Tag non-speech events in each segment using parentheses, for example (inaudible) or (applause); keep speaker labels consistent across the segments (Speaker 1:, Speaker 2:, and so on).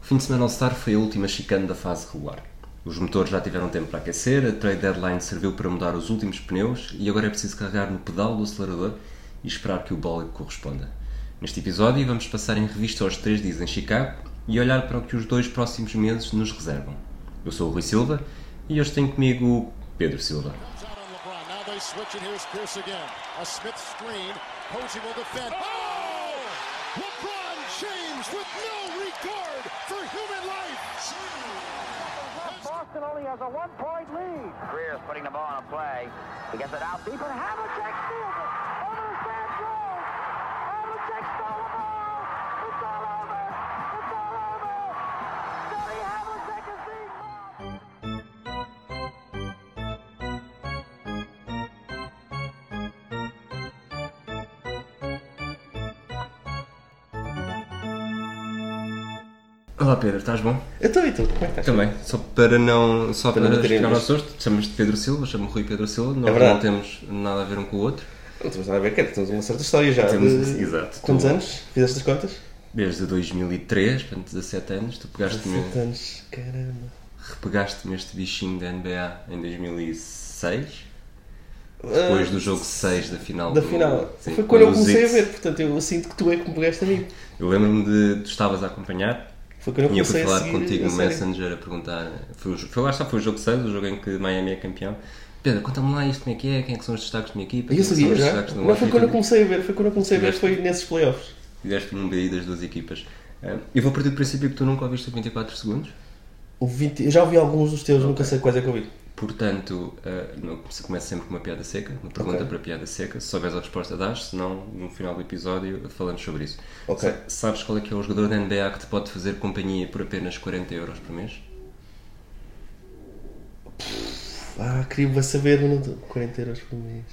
Speaker 1: fim de semana All-Star foi a última chicane da fase regular. Os motores já tiveram tempo para aquecer, a trade deadline serviu para mudar os últimos pneus e agora é preciso carregar no pedal do acelerador e esperar que o bólido corresponda. Neste episódio vamos passar em revista aos três dias em Chicago e olhar para o que os dois próximos meses nos reservam. Eu sou o Rui Silva e hoje tenho comigo o Pedro Silva.
Speaker 2: Oh!
Speaker 3: Boston only has a one-point lead.
Speaker 4: Greer is putting the ball on a play. He gets it out deep, and Havlicek steals it. Over the San goes. Havlicek stole the ball. It's all over. It's all over. Johnny Havlicek is the
Speaker 1: Olá Pedro, estás bom?
Speaker 5: Então e tu, como é que estás?
Speaker 1: Também, só para não, É só
Speaker 5: Para
Speaker 1: para,
Speaker 5: não terem
Speaker 1: ficar ao
Speaker 5: visto.
Speaker 1: susto, chamas-te Pedro Silva, chamo-me Rui Pedro Silva, nós
Speaker 5: verdade.
Speaker 1: não temos nada a ver um com o outro.
Speaker 5: Não temos nada a ver, quer dizer, temos uma certa história já.
Speaker 1: Temos-
Speaker 5: de-
Speaker 1: exato.
Speaker 5: Quantos
Speaker 1: Tu-
Speaker 5: anos? Fizeste as contas?
Speaker 1: Desde 2003, portanto 17 anos, tu pegaste-me
Speaker 5: 17 anos, caramba.
Speaker 1: repegaste-me este bichinho da NBA em 2006, depois do jogo 6 da final.
Speaker 5: Ah, Da
Speaker 1: do-
Speaker 5: final.
Speaker 1: sim,
Speaker 5: Foi quando eu
Speaker 1: dos
Speaker 5: comecei a
Speaker 1: Hits.
Speaker 5: ver, portanto eu sinto que tu é que me pegaste a mim.
Speaker 1: Eu lembro-me de tu estavas a acompanhar
Speaker 5: Foi quando eu
Speaker 1: e eu
Speaker 5: comecei
Speaker 1: fui
Speaker 5: a
Speaker 1: falar
Speaker 5: seguir
Speaker 1: contigo
Speaker 5: a
Speaker 1: no
Speaker 5: série.
Speaker 1: Messenger a perguntar. Foi, o jo- foi, lá está, foi o jogo 6, o jogo em que Miami é campeão. Pedro, conta-me lá isto como é que é, quem é que são os destaques da minha equipa, quem
Speaker 5: E
Speaker 1: é
Speaker 5: eu
Speaker 1: que são
Speaker 5: sabia
Speaker 1: os
Speaker 5: já?
Speaker 1: destaques do
Speaker 5: Não foi quando eu
Speaker 1: Washington.
Speaker 5: comecei a ver, foi quando eu comecei a ver, foi nesses playoffs.
Speaker 1: Fizeste-me um BI das duas equipas. Ah, Eu vou partir do princípio que tu nunca ouviste o 24 segundos.
Speaker 5: O 20 eu já ouvi alguns dos teus, nunca sei quais é que eu vi.
Speaker 1: Portanto, ah, não- se começa sempre com uma piada seca, uma pergunta
Speaker 5: Ok.
Speaker 1: para piada seca. Se souberes a resposta, dás, se não, no final do episódio falamos sobre isso.
Speaker 5: Ok.
Speaker 1: Sa- Sabes qual é que é o jogador da NBA que te pode fazer companhia por apenas 40 euros por mês?
Speaker 5: Ah, queria saber, mas não- 40 euros por mês.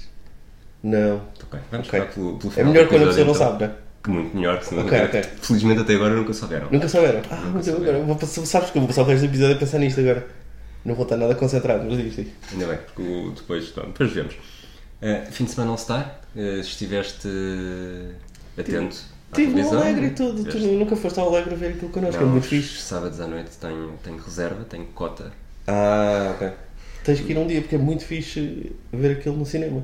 Speaker 5: Não.
Speaker 1: Ok, vamos
Speaker 5: Ok.
Speaker 1: ficar Então, pelo, pelo
Speaker 5: É
Speaker 1: final
Speaker 5: melhor
Speaker 1: do
Speaker 5: quando a
Speaker 1: episódio,
Speaker 5: pessoa não
Speaker 1: então.
Speaker 5: sabe, não é?
Speaker 1: Que muito melhor, que senão
Speaker 5: Ok,
Speaker 1: eu-
Speaker 5: ok.
Speaker 1: felizmente até agora nunca souberam.
Speaker 5: Nunca souberam. Ah, mas eu
Speaker 1: souberam.
Speaker 5: agora vou passar, sabes que eu vou passar o resto do episódio a pensar nisto agora. Não vou estar nada concentrado, mas diz diz.
Speaker 1: Ainda bem, porque o- depois, pronto, depois vemos. Ah, fim de semana All-Star, ah, estiveste ah, atento à
Speaker 5: Tive um
Speaker 1: televisão,
Speaker 5: alegre e tudo, tu
Speaker 1: Estiveste-
Speaker 5: nunca foste ao alegre ver aquilo connosco, é
Speaker 1: Não,
Speaker 5: muito
Speaker 1: os
Speaker 5: fixe.
Speaker 1: Sábados à noite tenho, tenho reserva, tenho cota.
Speaker 5: Ah, ok. Tens que ir um dia porque é muito fixe ver aquilo no cinema.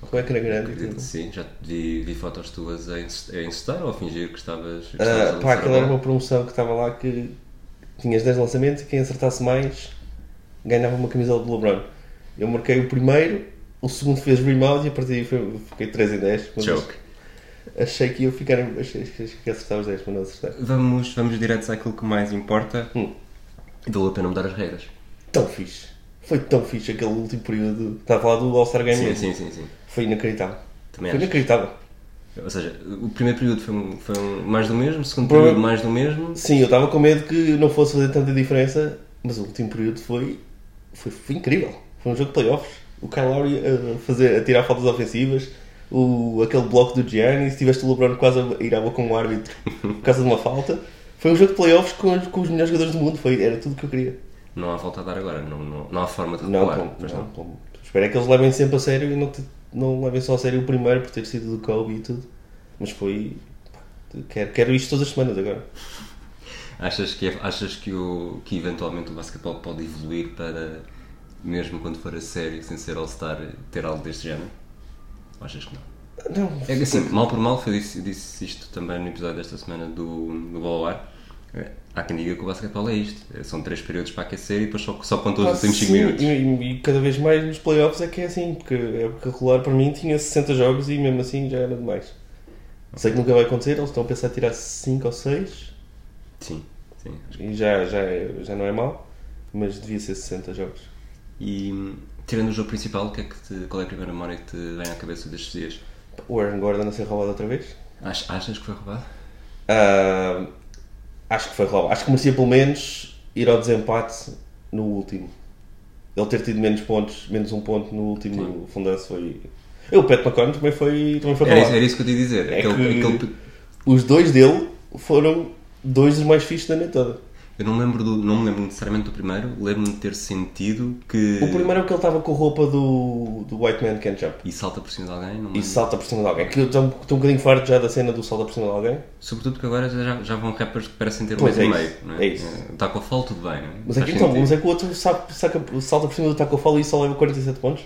Speaker 5: Com o ecrã grande e
Speaker 1: Acredito que
Speaker 5: tudo.
Speaker 1: sim. Já te vi, vi fotos tuas a inst- a instar ou a fingir que estavas. que estavas a
Speaker 5: Ah, pá,
Speaker 1: lançar a
Speaker 5: aquela era
Speaker 1: bola.
Speaker 5: uma promoção que estava lá que tinhas 10 lançamentos e quem acertasse mais ganhava uma camisola do LeBron. Eu marquei o primeiro, o segundo fez remote e a partir daí foi- fiquei 3 em 10. mas
Speaker 1: Joke.
Speaker 5: Achei que ia ficar. em- Achei, achei que ia acertar os 10, mas não acertei.
Speaker 1: Vamos, vamos direto àquilo que mais importa.
Speaker 5: Hum.
Speaker 1: Valeu a pena mudar as regras.
Speaker 5: Tão fixe. Foi tão fixe aquele último período. Estava a falar do All-Star Game.
Speaker 1: Sim,
Speaker 5: É mesmo.
Speaker 1: sim, sim, sim.
Speaker 5: Foi inacreditável.
Speaker 1: Também
Speaker 5: foi
Speaker 1: acho.
Speaker 5: inacreditável.
Speaker 1: Ou seja, o primeiro período foi, um- foi um mais do mesmo, o segundo
Speaker 5: Prova-
Speaker 1: período mais do mesmo.
Speaker 5: Sim, eu estava com medo que não fosse fazer tanta diferença, mas o último período foi, foi, foi incrível. Foi um jogo de playoffs. O Kyle Lowry a, fazer, a tirar faltas ofensivas, o, aquele bloco do Gianni, se tiveste o LeBron quase a ir à boca com o árbitro por causa de uma falta. Foi um jogo de playoffs com, os- com os melhores jogadores do mundo, foi, era tudo o que eu queria.
Speaker 1: Não há volta a dar agora, não, não, não há forma de
Speaker 5: Não,
Speaker 1: recuar.
Speaker 5: pom-
Speaker 1: pois
Speaker 5: não,
Speaker 1: não.
Speaker 5: pom- Espero é que eles levem sempre a sério e não, te- não levem só a sério o primeiro por ter sido do Kobe e tudo. Mas foi. pá, Quero, quero isto todas as semanas agora.
Speaker 1: Achas, que, é- achas que, o, que eventualmente o basquetebol pode evoluir para, mesmo quando for a sério, sem ser All-Star, ter algo deste género? Ou achas que não?
Speaker 5: Não,
Speaker 1: É que assim, mal por mal, eu disse, disse isto também no episódio desta semana do, do Bola ao Ar. É, Há quem diga que o basquetebol é isto. É, São três períodos para aquecer e depois só, só contam os
Speaker 5: Pá,
Speaker 1: últimos 5
Speaker 5: Ah, sim,
Speaker 1: minutos.
Speaker 5: assim, E, e cada vez mais nos playoffs é que é assim, porque a época regular para mim tinha 60 jogos e mesmo assim já era demais. Sei que nunca vai acontecer, eles estão a pensar em tirar 5 ou 6
Speaker 1: Sim, sim. acho que-
Speaker 5: e já, já, é- já não é mau, mas devia ser 60 jogos.
Speaker 1: E hum, tirando o jogo principal, o que é que te- qual é a primeira memória que te vem à cabeça destes dias?
Speaker 5: O Aaron Gordon a ser roubado outra vez?
Speaker 1: Ach- achas que foi roubado?
Speaker 5: Ah, acho que foi roubado. Acho que merecia pelo menos ir ao desempate no último. Ele ter tido menos pontos, menos um ponto no último fundanço foi. Eu, o Pat McConnell também foi, também foi
Speaker 1: Era
Speaker 5: roubado.
Speaker 1: É isso, era isso que eu te ia dizer.
Speaker 5: É
Speaker 1: Aquele-
Speaker 5: que
Speaker 1: aquele pe-
Speaker 5: os dois dele foram dois dos mais fixos da noite toda.
Speaker 1: Eu não, lembro do, não me lembro necessariamente do primeiro, lembro-me de ter sentido que.
Speaker 5: O primeiro é que ele estava com a roupa do, do White Man Can't Jump.
Speaker 1: E salta por cima de alguém, não me
Speaker 5: E
Speaker 1: lembro.
Speaker 5: salta por cima de alguém. Que eu estou um estou um bocadinho farto já da cena do salta por cima de alguém.
Speaker 1: Sobretudo que agora já, já vão rappers que parecem ter um
Speaker 5: Pois,
Speaker 1: metro e
Speaker 5: é
Speaker 1: meio.
Speaker 5: isso,
Speaker 1: não
Speaker 5: é isso.
Speaker 1: Está com a fall, tudo bem, não é?
Speaker 5: Mas é, que,
Speaker 1: Faz
Speaker 5: então,
Speaker 1: sentido.
Speaker 5: mas é que o outro saca, saca, salta por cima do Taco Fall e só leva 47 pontos.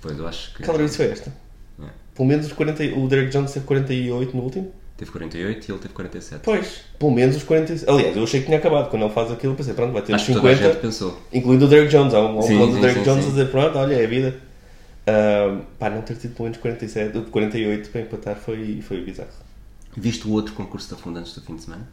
Speaker 1: Pois, eu acho que.
Speaker 5: Que calorias foi esta?
Speaker 1: É.
Speaker 5: Pelo menos os 40, e- o Derek Jones teve 48 no último.
Speaker 1: Teve 48 e ele teve 47.
Speaker 5: Pois. Pelo menos os 47. Aliás, eu achei que tinha acabado. Quando ele faz aquilo, pensei, pronto, vai ter os
Speaker 1: acho que toda a gente
Speaker 5: 50.
Speaker 1: pensou.
Speaker 5: Incluindo o Derek Jones. Há um há um
Speaker 1: Sim,
Speaker 5: plano do
Speaker 1: sim,
Speaker 5: Derek
Speaker 1: sim,
Speaker 5: Jones
Speaker 1: sim.
Speaker 5: a dizer, pronto, olha, é a vida. Ahm, pá, não ter tido pelo menos 47, 48 para empatar foi, foi bizarro.
Speaker 1: Viste o outro concurso da fundo antes do fim de semana?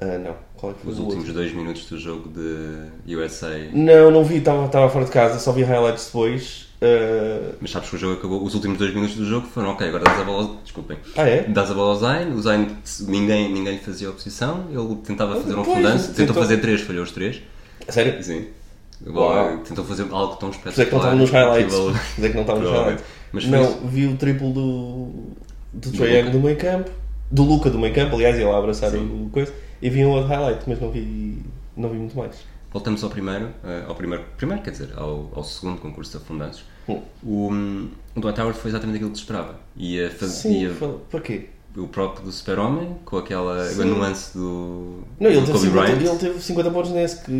Speaker 5: Ah, não. Qual é que foi
Speaker 1: Os
Speaker 5: o
Speaker 1: últimos
Speaker 5: outro?
Speaker 1: dois minutos do jogo de USA.
Speaker 5: Não, não vi. Estava estava fora de casa. Só vi highlights depois. Ah,
Speaker 1: Mas sabes que o jogo acabou. Os últimos dois minutos do jogo foram ok, agora dás a bola ao. Desculpem.
Speaker 5: Ah, é?
Speaker 1: Dás a bola ao Zayn, o Zayn ninguém, ninguém lhe fazia oposição, ele tentava fazer um
Speaker 5: pois,
Speaker 1: fundanço, tentou,
Speaker 5: tentou.
Speaker 1: fazer três, falhou os três.
Speaker 5: A sério?
Speaker 1: Sim.
Speaker 5: Uau.
Speaker 1: Tentou fazer algo tão
Speaker 5: Por isso é
Speaker 1: espetacular.
Speaker 5: que não estava nos highlights.
Speaker 1: incrível.
Speaker 5: Por isso é que não estava nos
Speaker 1: Provavelmente.
Speaker 5: highlights.
Speaker 1: Mas foi
Speaker 5: não,
Speaker 1: isso.
Speaker 5: vi o triplo do, do Trae
Speaker 1: Luka.
Speaker 5: Young do meio campo. Do Luca do meio campo, aliás, ia lá abraçar o coisa. E vi um outro highlight, mas não vi, não vi muito mais.
Speaker 1: Voltamos ao primeiro, eh, ao primeiro, primeiro quer dizer, ao, ao segundo concurso de afundanços.
Speaker 5: Hum.
Speaker 1: O, hum, o Dwight Howard foi exatamente aquilo que se esperava. Ia
Speaker 5: Sim,
Speaker 1: fazia
Speaker 5: foi- para quê?
Speaker 1: o próprio do Super-Homem, com aquela
Speaker 5: Sim.
Speaker 1: a nuance do,
Speaker 5: Não, ele
Speaker 1: do
Speaker 5: teve,
Speaker 1: Kobe
Speaker 5: 50,
Speaker 1: Bryant.
Speaker 5: ele teve 50 pontos nesse que.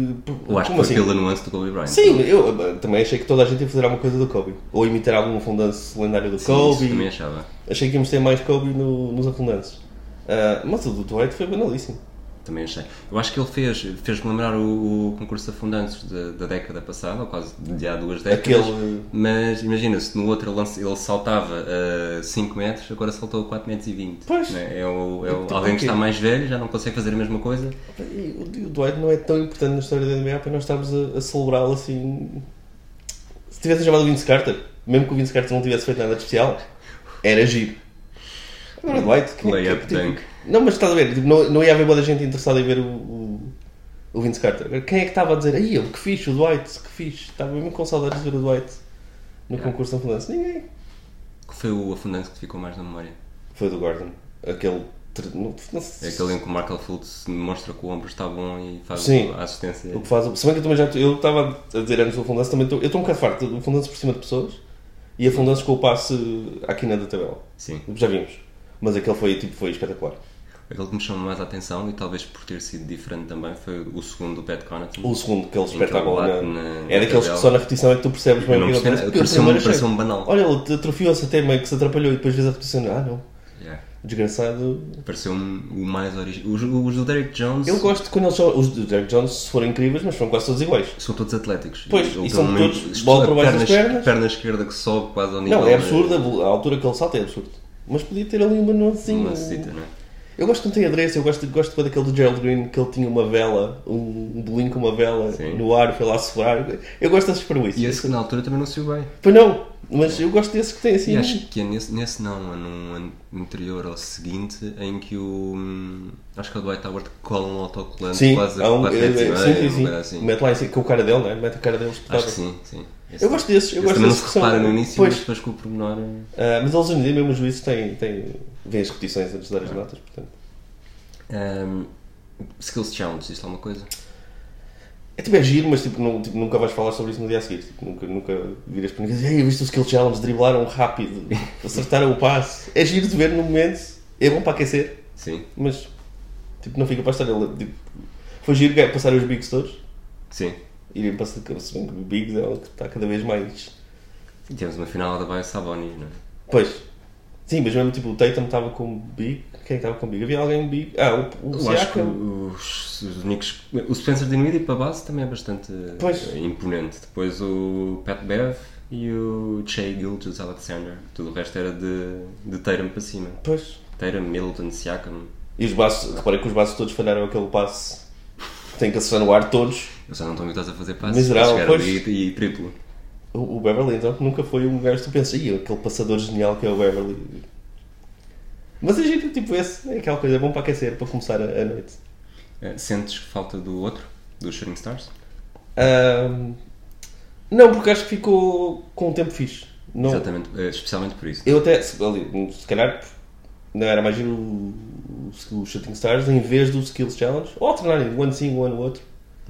Speaker 1: Eu acho que
Speaker 5: como
Speaker 1: foi
Speaker 5: assim?
Speaker 1: pela nuance do Kobe Bryant.
Speaker 5: Sim, eu eh, também achei que toda a gente ia fazer alguma coisa do Kobe. Ou imitar algum afundanço lendário do
Speaker 1: Sim,
Speaker 5: Kobe.
Speaker 1: isso também achava.
Speaker 5: Achei que íamos ter mais Kobe no- nos afundanços. Ah, mas o do Dwight foi banalíssimo.
Speaker 1: Também achei. Eu acho que ele fez, fez-me lembrar o, o concurso de afundantes da, da década passada, ou quase de há duas décadas.
Speaker 5: Aquele- eh,
Speaker 1: Mas imagina-se, no outro ele, lança- ele saltava a 5 metros, agora saltou a 4 metros e 20.
Speaker 5: Pois.
Speaker 1: É o, é o-
Speaker 5: Tipo,
Speaker 1: alguém que
Speaker 5: o quê?
Speaker 1: está mais velho já não consegue fazer a mesma coisa.
Speaker 5: E o e o Dwight não é tão importante na história da NBA para nós estarmos a, a celebrá-lo assim. Se tivessem chamado o Vince Carter, mesmo que o Vince Carter não tivesse feito nada de especial, era giro. Agora o Dwight, que,
Speaker 1: Layup
Speaker 5: que- tipo,
Speaker 1: dunk.
Speaker 5: Não, mas estás a ver, tipo, não, não ia haver boa gente interessada em ver o, o, o Vince Carter. Agora, Quem é que estava a dizer, aí, que fixe, o Dwight, que fixe, estava mesmo com saudades de ver o Dwight no
Speaker 1: Yeah.
Speaker 5: concurso de ambulância? Ninguém.
Speaker 1: Que foi o afundante que te ficou mais na memória?
Speaker 5: Foi o do Gordon, aquele. tre- Não, não
Speaker 1: É
Speaker 5: sei-
Speaker 1: aquele em que o Markel Fultz mostra que o ombro está bom e faz
Speaker 5: Sim.
Speaker 1: a assistência.
Speaker 5: O que faz, se bem que eu também já eu estava a dizer antes do Fundança, também estou, eu estou um bocado farto do Fundança por cima de pessoas e a Fundança com o passe à quina da tabela.
Speaker 1: Sim.
Speaker 5: Já vimos. Mas aquele foi, tipo, foi espetacular.
Speaker 1: Aquele que me chamou mais a atenção e talvez por ter sido diferente também foi o segundo do Pat Connaughton.
Speaker 5: O segundo, aquele
Speaker 1: que ele
Speaker 5: espetáculo
Speaker 1: bate
Speaker 5: na-
Speaker 1: na-
Speaker 5: é daqueles
Speaker 1: na
Speaker 5: que só na repetição é que tu percebes bem
Speaker 1: Eu não
Speaker 5: o que
Speaker 1: percebo,
Speaker 5: acontece. Porque o
Speaker 1: pareceu-me-
Speaker 5: primeiro achei-
Speaker 1: pareceu-me um, banal.
Speaker 5: Olha, ele atrofiou-se até meio que se atrapalhou e depois vês a repetição. Ah, não.
Speaker 1: Yeah.
Speaker 5: Desgraçado.
Speaker 1: Pareceu-me o mais original. Os, os do Derek Jones
Speaker 5: Eu gosto quando eles são. Os do Derek Jones foram incríveis, mas foram quase todos iguais.
Speaker 1: são todos atléticos.
Speaker 5: Pois,
Speaker 1: Ele
Speaker 5: e
Speaker 1: tem
Speaker 5: são
Speaker 1: um-
Speaker 5: todos
Speaker 1: a
Speaker 5: bola para baixo das
Speaker 1: perna-
Speaker 5: pernas.
Speaker 1: Perna esquerda que sobe quase ao nível.
Speaker 5: Não, é
Speaker 1: da-
Speaker 5: absurdo, a altura que ele salta é absurdo. Mas podia ter ali uma nuancezinha.
Speaker 1: Uma cita, não é?
Speaker 5: Eu gosto que não tem adereço, eu gosto, gosto bem daquele do Gerald Green que ele tinha uma vela, um um bolinho com uma vela
Speaker 1: Sim.
Speaker 5: no ar, foi lá soprar. Eu gosto dessas
Speaker 1: E
Speaker 5: permissas.
Speaker 1: esse que na altura também não se bem.
Speaker 5: Pois não, mas eu gosto desses que tem assim.
Speaker 1: E acho que é nesse, nesse não, é num ano anterior ao seguinte, em que o. hum, Acho que é o Dwight Howard cola um autocolante
Speaker 5: Sim,
Speaker 1: quase a
Speaker 5: há um,
Speaker 1: quase
Speaker 5: é, é,
Speaker 1: metros e meio,
Speaker 5: sim,
Speaker 1: uma
Speaker 5: sim,
Speaker 1: coisa
Speaker 5: sim.
Speaker 1: assim.
Speaker 5: Mete lá em cima, com o cara dele, não é? Mete o cara dele espetado.
Speaker 1: Acho que sim, sim. Esse-
Speaker 5: Eu gosto desses, eu
Speaker 1: esse
Speaker 5: gosto
Speaker 1: também não
Speaker 5: desses.
Speaker 1: se
Speaker 5: que são-
Speaker 1: repara no início,
Speaker 5: Pois,
Speaker 1: mas depois com o pormenor. é-
Speaker 5: ah, mas eles hoje em dia, mesmo os juízes, têm, têm, vêem as repetições antes de dar as notas, portanto.
Speaker 1: Hum, skills Challenge, diz alguma coisa?
Speaker 5: É tipo, é giro, mas tipo, não- tipo, nunca vais falar sobre isso no dia a seguir. Tipo, nunca, nunca viras para ninguém e dizes, ei, viste o skill challenge, driblaram rápido, (laughs) acertaram o passe. É giro de ver no momento, é bom para aquecer,
Speaker 1: Sim,
Speaker 5: mas tipo, não fica para estar ali. Tipo, foi giro que é passar os bigs todos.
Speaker 1: sim.
Speaker 5: Irem passar se bem que o bigs é o que está cada vez mais.
Speaker 1: E temos uma final da Baia Sabonis, não é?
Speaker 5: Pois. Sim, mas mesmo tipo, o Tatum estava com big. Quem é que estava com big? Havia alguém big. Ah, o, o
Speaker 1: Eu acho que
Speaker 5: Siakam.
Speaker 1: os, os únicos. O Spencer Dinwiddie para a base também é bastante
Speaker 5: Pois.
Speaker 1: eh, imponente. Depois o Pat Bev e o Che Gilgis Alexander. Tudo o resto era de, de Tatum para cima.
Speaker 5: Pois.
Speaker 1: Tatum, Middleton, Siakam.
Speaker 5: E os baços, reparem que os baços todos falharam aquele passe. Tem que acessar no ar todos.
Speaker 1: Eu só não estou habituado a fazer passes.
Speaker 5: Miserável,
Speaker 1: chegar
Speaker 5: pois.
Speaker 1: ali e, e triplo.
Speaker 5: O o Beverly, então, que nunca foi um gajo que tu pensas, "Ih, aquele passador genial que é o Beverly. Mas é giro, tipo, esse é aquela coisa, é bom para aquecer, para começar a, a noite.
Speaker 1: Eh, Sentes falta do outro? Dos Shooting Stars?
Speaker 5: Ahm, não, porque acho que ficou com um tempo fixe. Não,
Speaker 1: Exatamente. eh, especialmente por isso.
Speaker 5: Eu até, se, ali, se calhar, Não, era mais giro o, o, o Shooting Stars em vez do Skills Challenge. Ou alternarem, um ano sim, um ano outro.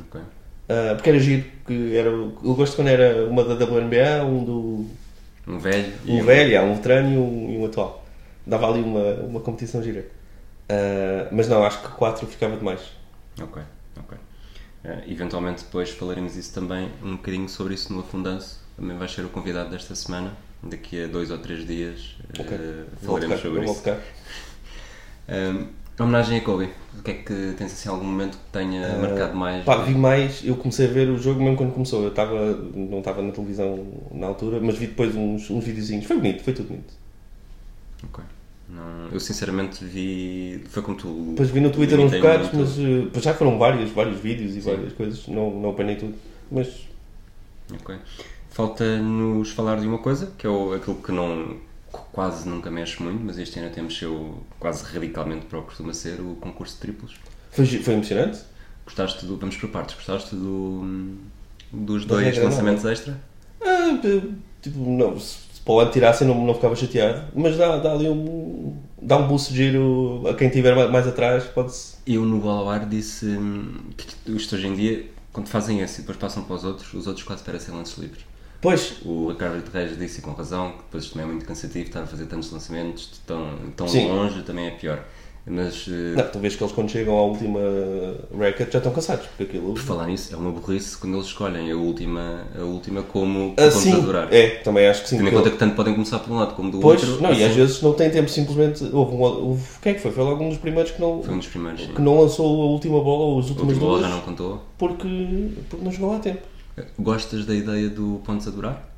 Speaker 1: Ok.
Speaker 5: Ah, porque era giro. Que era, eu gosto quando era uma da WNBA, um do.
Speaker 1: Um velho e
Speaker 5: Um velho, há um veterano e um, e um atual. Dava ali uma, uma competição gira. Ah, mas não, acho que 4 ficava demais.
Speaker 1: Ok, ok. Eh, eventualmente depois falaremos isso também, um bocadinho sobre isso no Afundanço. Também vais ser o convidado desta semana. Daqui a dois ou três dias eh,
Speaker 5: Ok. Vou
Speaker 1: falaremos
Speaker 5: tocar,
Speaker 1: sobre
Speaker 5: vou
Speaker 1: isso.
Speaker 5: tocar.
Speaker 1: Ahm, homenagem a Kobe. O que é que tens assim algum momento que tenha marcado mais?
Speaker 5: Eh, Pá, vi mais, eu comecei a ver o jogo mesmo quando começou. Eu estava, não estava na televisão na altura, mas vi depois uns, uns videozinhos. Foi bonito, foi tudo bonito.
Speaker 1: Ok. Não, eu sinceramente vi. Foi como tu.
Speaker 5: Depois vi no Twitter uns
Speaker 1: limitei-me
Speaker 5: bocados,
Speaker 1: é muito.
Speaker 5: mas eh, pois já foram vários, vários vídeos e várias coisas. Não, não apanhei tudo, mas
Speaker 1: Ok. Falta-nos falar de uma coisa, que é o- aquilo que não que quase nunca mexe muito, mas este ano até mexeu quase radicalmente para o que costuma ser, o concurso de triplos.
Speaker 5: foi, gi- foi emocionante.
Speaker 1: Gostaste do. Vamos por partes, gostaste do, dos
Speaker 5: Da
Speaker 1: dois
Speaker 5: regra
Speaker 1: lançamentos extra?
Speaker 5: Ah, p- tipo, não, se, se para o ano tirassem não, não ficava chateado, mas dá, dá ali um. dá um boost giro a quem estiver mais, mais atrás, pode-se.
Speaker 1: Eu no Bola ao Ar disse hum, que isto hoje em dia, quando fazem esse e depois passam para os outros, os outros quase parecem lances livres.
Speaker 5: Pois,
Speaker 1: O Ricardo de Reis disse e com razão, que depois também é muito cansativo estar a fazer tantos lançamentos tão, tão
Speaker 5: Sim.
Speaker 1: longe, também é pior. Mas eh,
Speaker 5: não, tu vês que eles quando chegam à última record já estão cansados, porque aquilo.
Speaker 1: Por falar nisso, é uma burrice quando eles escolhem a última, a última como
Speaker 5: Ah,
Speaker 1: ponto
Speaker 5: sim,
Speaker 1: a durar.
Speaker 5: é, também acho que sim.
Speaker 1: Tendo em
Speaker 5: porque
Speaker 1: conta que tanto podem começar por um lado como do
Speaker 5: Pois,
Speaker 1: outro.
Speaker 5: não, e às
Speaker 1: assim,
Speaker 5: vezes não tem tempo, simplesmente. Houve um, houve, quem é que foi? Foi logo um dos primeiros que não,
Speaker 1: Foi um dos primeiros, sim.
Speaker 5: que não lançou a última bola ou as
Speaker 1: A
Speaker 5: últimas
Speaker 1: última bola
Speaker 5: duas
Speaker 1: já não contou.
Speaker 5: porque, porque não jogou lá a tempo.
Speaker 1: Gostas da ideia do pontos a durar?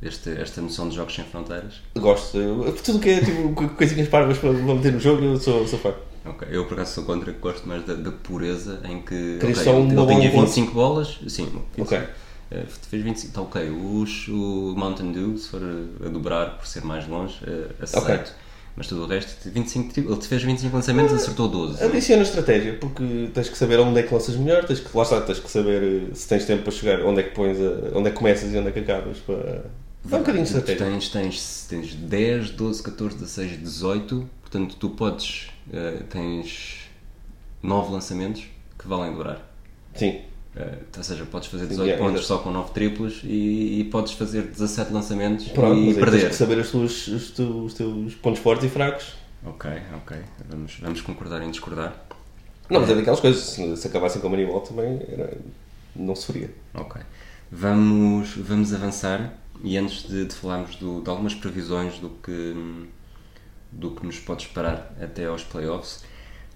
Speaker 1: Este, esta noção de jogos sem fronteiras?
Speaker 5: Gosto, eu, tudo que é tipo co- coisinhas parvas para, para meter no jogo, eu sou, sou fã.
Speaker 1: Ok, eu por acaso sou contra, gosto mais da, da pureza em que
Speaker 5: Queria
Speaker 1: ok,
Speaker 5: só
Speaker 1: ele-
Speaker 5: uma
Speaker 1: ele
Speaker 5: bola
Speaker 1: tinha
Speaker 5: no ponto.
Speaker 1: 25 bolas, sim,
Speaker 5: Ok.
Speaker 1: eh, fez 25, está ok. Os, o Mountain Dew, se for eh, a dobrar por ser mais longe, eh, aceito. Mas tudo o resto, 25, tri- tipo, ele te fez 25
Speaker 5: Eh,
Speaker 1: lançamentos, acertou 12.
Speaker 5: Adiciona estratégia, porque tens que saber onde é que lanças melhor, tens que, lá está, tens que saber eh, se tens tempo para chegar, onde é que pões, a- onde é que começas e onde é que acabas. Para... Dá um bocadinho de
Speaker 1: Tu
Speaker 5: estratégia.
Speaker 1: tens, tens, tens 10, 12, 14, 16, 18, portanto tu podes, eh, tens 9 lançamentos que valem durar.
Speaker 5: Sim,
Speaker 1: Eh, ou seja, podes fazer 18
Speaker 5: yeah,
Speaker 1: pontos
Speaker 5: exato.
Speaker 1: só com 9 triplos e, e podes fazer 17 lançamentos
Speaker 5: pronto,
Speaker 1: e
Speaker 5: mas aí tens
Speaker 1: perder.
Speaker 5: que saber as tuas, os, teus, os teus pontos fortes e fracos.
Speaker 1: Ok, ok, vamos, vamos concordar em discordar.
Speaker 5: Não, mas é daquelas coisas, se, se acabassem com o Manimal também era, não sofria.
Speaker 1: Ok. Vamos, vamos avançar e antes de, de falarmos do- de algumas previsões do que, do que nos pode esperar até aos playoffs,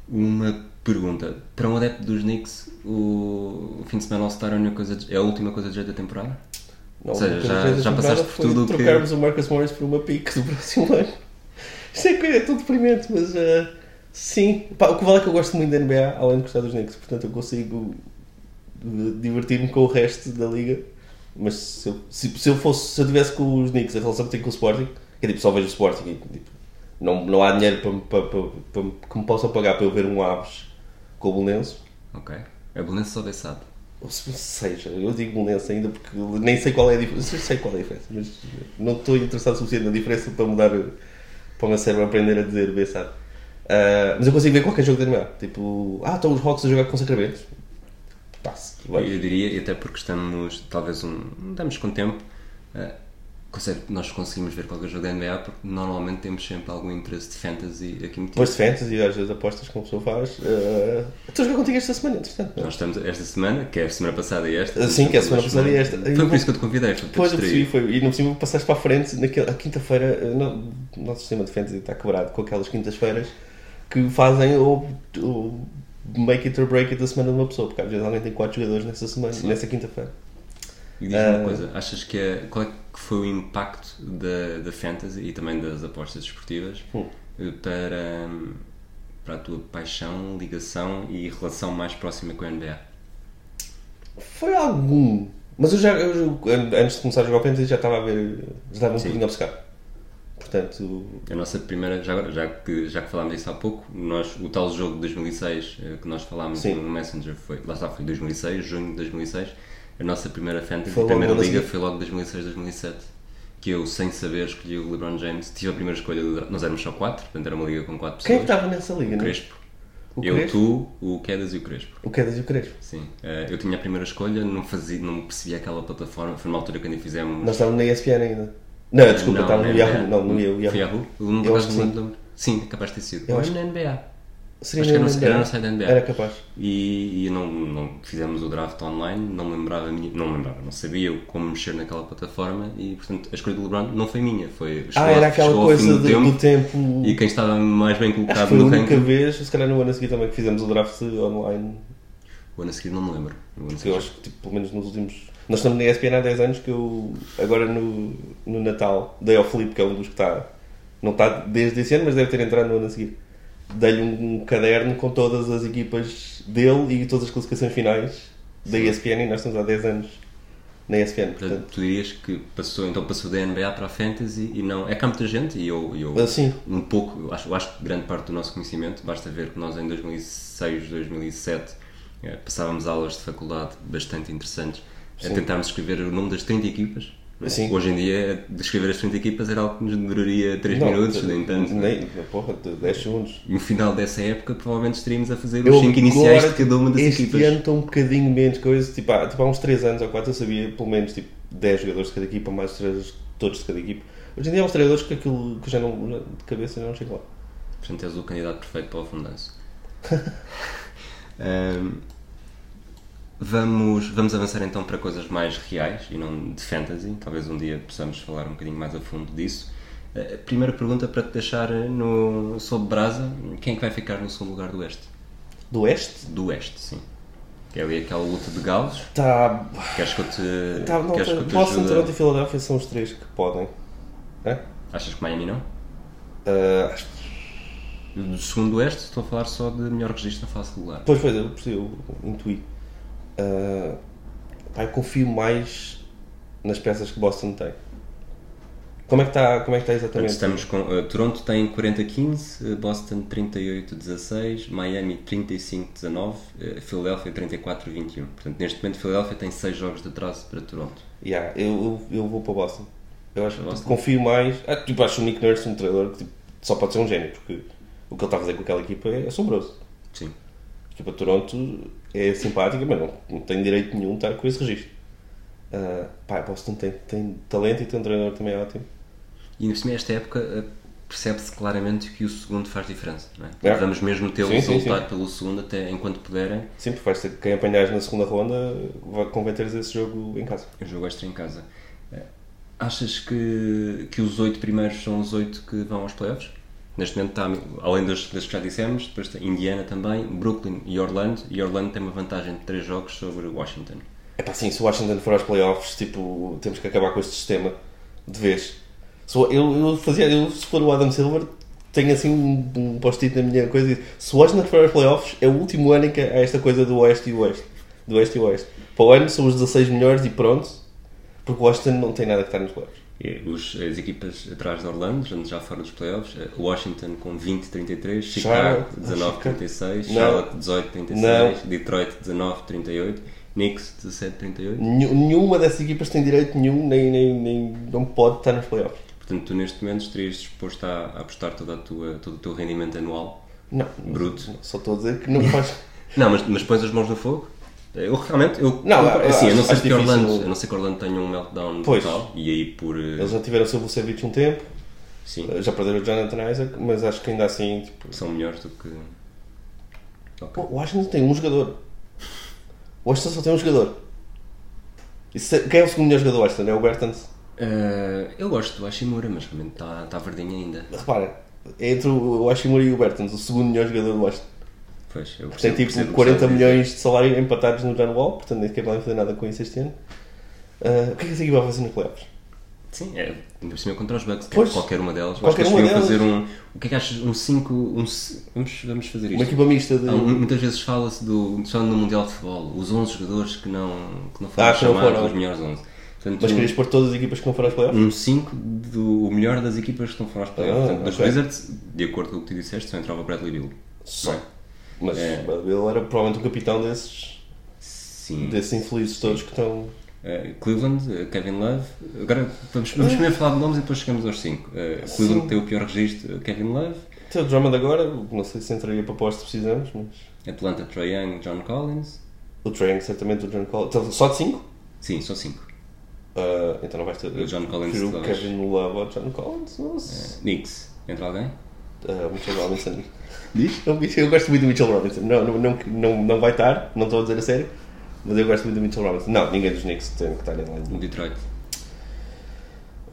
Speaker 1: uma pergunta. Para um adepto dos Knicks, o, o fim de semana All-Star é a, única coisa de- é a última coisa de jeito da temporada?
Speaker 5: Não,
Speaker 1: Ou seja,
Speaker 5: uma coisa
Speaker 1: já-
Speaker 5: que a gente
Speaker 1: já
Speaker 5: lembrava
Speaker 1: passaste por
Speaker 5: foi de
Speaker 1: tudo o que-
Speaker 5: trocarmos o Marcus Morris por uma
Speaker 1: (laughs)
Speaker 5: pique do próximo ano. Isto é, que é tudo deprimente, mas ah, sim. Pá, o que vale é que eu gosto muito da NBA, além de gostar dos Knicks, portanto eu consigo eh, divertir-me com o resto da liga. Mas se eu, se, se eu fosse, se eu tivesse com os Knicks a relação que tenho com o Sporting, que é tipo, só vejo o Sporting e tipo, não, não há dinheiro para, me- para, para, para me- que me possam pagar para eu ver um Aves com o Bolonenses.
Speaker 1: Ok. A Belenense só bem sabe.
Speaker 5: Ou se seja, eu digo Belenense ainda porque nem sei qual é a diferença. Eu sei qual é a diferença, mas não estou interessado o suficiente na diferença para mudar para o meu cérebro aprender a dizer B, sabe? Ah, mas eu consigo ver qualquer jogo da NBA. Tipo, ah, estão os Hawks a jogar com Sacramento. Passo, vai.
Speaker 1: Eu diria, e até porque estamos, talvez, um, estamos com tempo, eh, consegue- nós conseguimos ver qualquer jogo da NBA porque normalmente temos sempre algum interesse de fantasy aqui metido.
Speaker 5: Depois de fantasy, às vezes apostas que uma pessoa faz. ah, estou a jogar contigo esta semana, entretanto. não é?
Speaker 1: Nós estamos esta semana, que é a semana passada e esta.
Speaker 5: Sim, que é a semana
Speaker 1: duas
Speaker 5: passada e
Speaker 1: semanas.
Speaker 5: esta.
Speaker 1: Foi por isso que eu te convidei, foi para
Speaker 5: Depois eu percebi,
Speaker 1: distrair.
Speaker 5: foi, e não percebi, passaste para a frente, naquela, a quinta-feira, eh, não- o nosso sistema de fantasy está quebrado com aquelas quintas-feiras que fazem o, o make it or break it da semana de uma pessoa, porque às vezes alguém tem quatro jogadores nessa semana, nessa quinta-feira.
Speaker 1: E diz-me uma
Speaker 5: Ah.
Speaker 1: coisa, achas que é, qual é que foi o impacto da, da fantasy e também das apostas desportivas
Speaker 5: Hum.
Speaker 1: eh, para, hum, para a tua paixão, ligação e relação mais próxima com a NBA?
Speaker 5: Foi algum, mas eu já, eu- an- antes de começar a jogar fantasy já estava a ver, já estava um bocadinho obcecado. Portanto,
Speaker 1: A nossa primeira, já, agora, já, que, já que falámos disso há pouco, nós, o tal jogo de 2006 eh, que nós falámos
Speaker 5: Sim.
Speaker 1: no Messenger foi, lá está, foi 2006, junho de 2006. A nossa primeira fantasy,
Speaker 5: Foi
Speaker 1: a
Speaker 5: logo
Speaker 1: primeira
Speaker 5: logo a
Speaker 1: liga
Speaker 5: seguir.
Speaker 1: foi logo 2006-2007. que eu, sem saber, escolhi o LeBron James. Tive a primeira escolha, do draft. nós éramos só 4, portanto era uma liga com 4 pessoas.
Speaker 5: Quem é que estava nessa liga?
Speaker 1: O
Speaker 5: não?
Speaker 1: Crespo.
Speaker 5: O
Speaker 1: eu,
Speaker 5: Crespo?
Speaker 1: tu, o Quedas e o Crespo.
Speaker 5: O Quedas e o Crespo.
Speaker 1: Sim. Eh, eu tinha a primeira escolha, não, fazia, não percebia aquela plataforma. Foi numa altura que ainda fizemos.
Speaker 5: Nós estávamos na ESPN ainda. Não, desculpa,
Speaker 1: Não, é
Speaker 5: estávamos no
Speaker 1: NBA.
Speaker 5: Yahoo. Não, no Yahoo.
Speaker 1: Foi Yahoo? Não,
Speaker 5: Eu
Speaker 1: por
Speaker 5: acho
Speaker 1: acaso
Speaker 5: que
Speaker 1: não me lembro. Sim, é capaz de ter sido.
Speaker 5: Eu
Speaker 1: Ou
Speaker 5: acho
Speaker 1: na NBA.
Speaker 5: Seria
Speaker 1: Acho que era
Speaker 5: na
Speaker 1: no-
Speaker 5: NBA.
Speaker 1: era no site da NBA.
Speaker 5: Era capaz.
Speaker 1: E, e não, não fizemos o draft online, não lembrava, a minha- não lembrava, não sabia como mexer naquela plataforma e, portanto, a escolha do LeBron não foi minha. Foi, chegou
Speaker 5: Ah,
Speaker 1: ao-
Speaker 5: era aquela
Speaker 1: chegou ao fim
Speaker 5: coisa do, do tempo.
Speaker 1: E quem estava mais bem
Speaker 5: Acho que
Speaker 1: colocado
Speaker 5: foi a
Speaker 1: no
Speaker 5: única
Speaker 1: ranking.
Speaker 5: vez, se calhar no ano a seguir também, que fizemos o draft online.
Speaker 1: O ano a seguir não me lembro. O ano a
Speaker 5: Que eu
Speaker 1: seguir.
Speaker 5: acho que, tipo, pelo menos nos últimos. Nós estamos na ESPN há 10 anos que eu, agora no, no Natal, dei ao Filipe, que é um dos que está. Não está desde esse ano, mas deve ter entrado no ano a seguir. Dei-lhe um, caderno com todas as equipas dele e todas as classificações finais da ESPN e nós estamos há 10 anos na ESPN, portanto.
Speaker 1: Portanto, tu dirias que passou, então passou da NBA para a Fantasy e não. É cá muita gente e eu. e eu
Speaker 5: Ah, sim.
Speaker 1: Um pouco, eu acho, eu acho que grande parte do nosso conhecimento, basta ver que nós em 2006, 2007 eh, passávamos aulas de faculdade bastante interessantes a tentarmos escrever o nome das 30 equipas. não é?
Speaker 5: Sim.
Speaker 1: Hoje em dia, descrever as 30 equipas era algo que nos demoraria 3
Speaker 5: Não,
Speaker 1: minutos, nem tanto. não é?
Speaker 5: Nem, porra, 10 segundos.
Speaker 1: No final dessa época, provavelmente estaríamos a fazer os 5 iniciais de
Speaker 5: agora,
Speaker 1: cada uma das
Speaker 5: este
Speaker 1: equipas.
Speaker 5: ano estou um bocadinho menos coisa. Tipo, há, tipo, há uns 3 anos ou 4 eu sabia pelo menos tipo, 10 jogadores de cada equipa, mais 3 todos de cada equipa. Hoje em dia há uns treinadores que aquilo que já não. já- de cabeça já não chego lá.
Speaker 1: Portanto, és o candidato perfeito para o fundanço. (laughs) Ahm, vamos, vamos avançar então para coisas mais reais e não de fantasy. Talvez um dia possamos falar um bocadinho mais a fundo disso. Eh, primeira pergunta para te deixar eh, no, sobre Brasa: quem é que vai ficar no segundo lugar do Oeste?
Speaker 5: Do Oeste?
Speaker 1: Do Oeste, sim. Que é ali aquela luta de galos.
Speaker 5: Tá.
Speaker 1: Queres que eu te.
Speaker 5: tá não,
Speaker 1: queres que eu te
Speaker 5: Boston,
Speaker 1: ajude?
Speaker 5: Toronto e Filadélfia são os 3 que podem. Né?
Speaker 1: Achas que Miami não?
Speaker 5: Ah, acho que-
Speaker 1: Do segundo Oeste, estou a falar só de melhor registro na fase regular.
Speaker 5: pois, pois, eu, percebi, eu intuí. Ah, pá, eu confio mais nas peças que Boston tem. Como é que está como é que tá
Speaker 1: Portanto,
Speaker 5: exatamente?
Speaker 1: estamos com. eh, Toronto tem 40-15, eh, Boston 38-16, Miami 35-19, eh, Filadélfia 34-21. Portanto, neste momento, Filadélfia tem 6 jogos de atraso para Toronto.
Speaker 5: Yeah, eu, eu, eu vou para Boston. Eu acho que tipo,
Speaker 1: Boston?
Speaker 5: confio mais. Ah, tipo, acho o Nick Nurse um treinador que tipo, só pode ser um gênio, porque o que ele está a fazer com aquela equipa é assombroso. Tipo,
Speaker 1: Sim.
Speaker 5: A equipa de Toronto é simpática, mas não, não tem direito nenhum de estar com esse registro. Ah, pá, Boston tem, tem talento e tem um treinador também ótimo.
Speaker 1: E ainda por cima, esta época eh, percebe-se claramente que o segundo faz diferença. Não é?
Speaker 5: É.
Speaker 1: Vamos mesmo
Speaker 5: Sim,
Speaker 1: tê-los a
Speaker 5: sim,
Speaker 1: lutar pelo segundo até enquanto puderem.
Speaker 5: Sempre vais ter quem apanhares na segunda ronda, vai- convém teres esse jogo em casa.
Speaker 1: O jogo extra em casa. Eh, Achas que, que os 8 primeiros são os 8 que vão aos playoffs? Neste momento está, além das, das que já dissemos, depois tem Indiana também, Brooklyn e Orlando, e Orlando tem uma vantagem de 3 jogos sobre Washington.
Speaker 5: É pá, sim, se o Washington for aos playoffs, tipo, temos que acabar com este sistema de vez. Se o- eu, eu fazia, eu, se for o Adam Silver, tenho assim um, um post-it na minha coisa e diz, se o Washington for aos playoffs, é o último ano em que há esta coisa do Oeste e Oeste. Do Oeste e Oeste. Para o ano são os 16 melhores e pronto, porque o Washington não tem nada que estar nos playoffs.
Speaker 1: Eh, os- as equipas atrás de Orlando, já- já fora dos playoffs, eh, Washington com 20-33, Chicago
Speaker 5: Charlotte,
Speaker 1: 19-36,
Speaker 5: Não.
Speaker 1: Charlotte 18-36, Detroit 19-38, Knicks 17-38.
Speaker 5: Nenhu- Nenhuma dessas equipas tem direito nenhum, nem, nem, nem não pode estar nos playoffs.
Speaker 1: Portanto, tu neste momento estarias disposto a, a apostar toda a tua, todo o teu rendimento anual
Speaker 5: Não,
Speaker 1: bruto.
Speaker 5: só estou a dizer que não faz.
Speaker 1: Não, mas, mas pões as mãos no fogo? Eu realmente. Eu,
Speaker 5: Não, eu
Speaker 1: assim, a
Speaker 5: acho-
Speaker 1: não ser
Speaker 5: acho
Speaker 1: que
Speaker 5: difícil.
Speaker 1: Orlando, a não ser que Orlando tenha um meltdown
Speaker 5: Pois.
Speaker 1: total e aí por. eh,
Speaker 5: Eles já tiveram o seu Vucevic um tempo,
Speaker 1: Sim,
Speaker 5: já perderam o Jonathan Isaac, mas acho que ainda assim, tipo,
Speaker 1: são melhores do que.
Speaker 5: Pô,
Speaker 1: Ok.
Speaker 5: O Washington tem um jogador. O Washington só tem um jogador. E se- quem é o segundo melhor jogador do Washington? É o Bertans.
Speaker 1: Eh, eu gosto do Hashimura, mas realmente está tá verdinho ainda.
Speaker 5: Repara, é entre o Hashimura e o Bertans, o segundo melhor jogador do Washington.
Speaker 1: Pois, eu
Speaker 5: Tem
Speaker 1: percebo- percebo o
Speaker 5: tipo
Speaker 1: que
Speaker 5: 40
Speaker 1: estás a dizer.
Speaker 5: milhões de salário empatados no John Wall, portanto nem sequer podem fazer nada com isso este ano. Ah, o que é que essa equipa vai fazer nos playoffs?
Speaker 1: Sim, é, ainda por cima é contra os Bucks.
Speaker 5: Pois.
Speaker 1: Qualquer uma delas. Eu
Speaker 5: Qualquer
Speaker 1: acho que
Speaker 5: uma
Speaker 1: eles deviam
Speaker 5: delas.
Speaker 1: fazer um. O que é que achas? Um 5. Um, c- vamos, vamos fazer isto.
Speaker 5: Uma equipa mista de.
Speaker 1: Há mu- Então, Muitas vezes fala-se do só no Mundial de Futebol, os 11 jogadores que não, que não foram
Speaker 5: Ah, que não
Speaker 1: chamados,
Speaker 5: foram.
Speaker 1: os melhores 11. Portanto,
Speaker 5: Mas
Speaker 1: um-
Speaker 5: querias pôr todas as equipas que não foram aos playoffs?
Speaker 1: um 5 do o melhor das equipas que não foram aos playoffs.
Speaker 5: Ah,
Speaker 1: Portanto, dos
Speaker 5: ok.
Speaker 1: Wizards, de acordo com o que tu disseste, só entrava o Bradley Bill.
Speaker 5: Só.
Speaker 1: Não é?
Speaker 5: Mas
Speaker 1: É.
Speaker 5: ele era provavelmente o capitão desses,
Speaker 1: Sim.
Speaker 5: desses infelizes todos que estão.
Speaker 1: Eh, Cleveland, eh, Kevin Love. Agora vamos, vamos primeiro falar de nomes e depois chegamos aos 5. Cleveland
Speaker 5: Ah. Sim.
Speaker 1: tem o pior registro, eh, Kevin Love.
Speaker 5: Então, o Drummond agora, não sei se entraria para postos precisamos, mas.
Speaker 1: Atlanta, Trae Young, John Collins.
Speaker 5: O Train, certamente, o John Collins. Então, só de 5?
Speaker 1: Sim, são 5.
Speaker 5: então não vais ter.
Speaker 1: O John Collins,
Speaker 5: Prefiro o
Speaker 1: talvez.
Speaker 5: Kevin Love ao John Collins. Nossa.
Speaker 1: Knicks, entra alguém?
Speaker 5: Ah, Mitchell Robinson.
Speaker 1: É. (laughs) Diz?
Speaker 5: Eu, eu gosto muito do Mitchell Robinson. Não, não, não, não, não vai estar, não estou a dizer a sério. Mas eu gosto muito do Mitchell Robinson. Não, ninguém dos Knicks tem que estar em line.
Speaker 1: Detroit.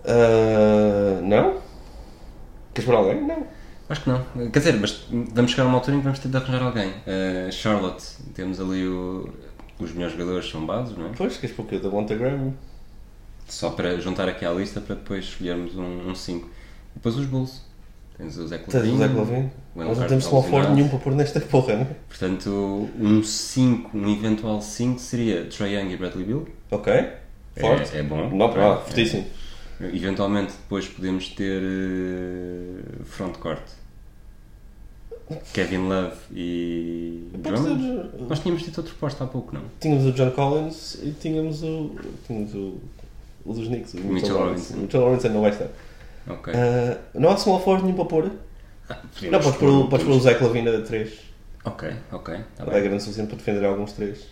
Speaker 5: Ah, não? Queres por alguém? Não.
Speaker 1: Acho que não. Eh, Quer dizer, mas vamos chegar a uma altura em que vamos ter de arranjar alguém. Eh, Charlotte, temos ali o- os melhores jogadores são bases, não é?
Speaker 5: Pois, queres por quê? Da Monta Graham?
Speaker 1: Só para juntar aqui à lista para depois escolhermos um 5. depois os Bulls. Tens o Zé
Speaker 5: Tens
Speaker 1: Clavin.
Speaker 5: o Zé Clavin?
Speaker 1: o
Speaker 5: Nós não
Speaker 1: Leonard
Speaker 5: temos small forward
Speaker 1: Alcinado.
Speaker 5: nenhum para pôr nesta porra, não é?
Speaker 1: Portanto, um 5, um eventual 5 seria Trae Young e Bradley Bill.
Speaker 5: Ok. Forte.
Speaker 1: É, é bom.
Speaker 5: Não, pá,
Speaker 1: É.
Speaker 5: fortíssimo.
Speaker 1: Eventualmente depois podemos ter eh, frontcourt. Kevin Love e
Speaker 5: Pode ser,
Speaker 1: Drummond.
Speaker 5: eh,
Speaker 1: Nós tínhamos dito outro posto há pouco, não?
Speaker 5: Tínhamos o John Collins e tínhamos o. Tínhamos o. O dos Knicks, o Mitchell,
Speaker 1: Mitchell
Speaker 5: Robinson.
Speaker 1: Robinson.
Speaker 5: O Mitchell Robinson não vai estar.
Speaker 1: Ok. Ah,
Speaker 5: Ah, não há small forward nenhum para pôr?
Speaker 1: Podemos
Speaker 5: Não, podes pôr o-
Speaker 1: podemos-
Speaker 5: podes pôr um o Zé Clavin a 3.
Speaker 1: Ok, ok. Tá
Speaker 5: Ele é
Speaker 1: bem.
Speaker 5: grande o suficiente para defender alguns três.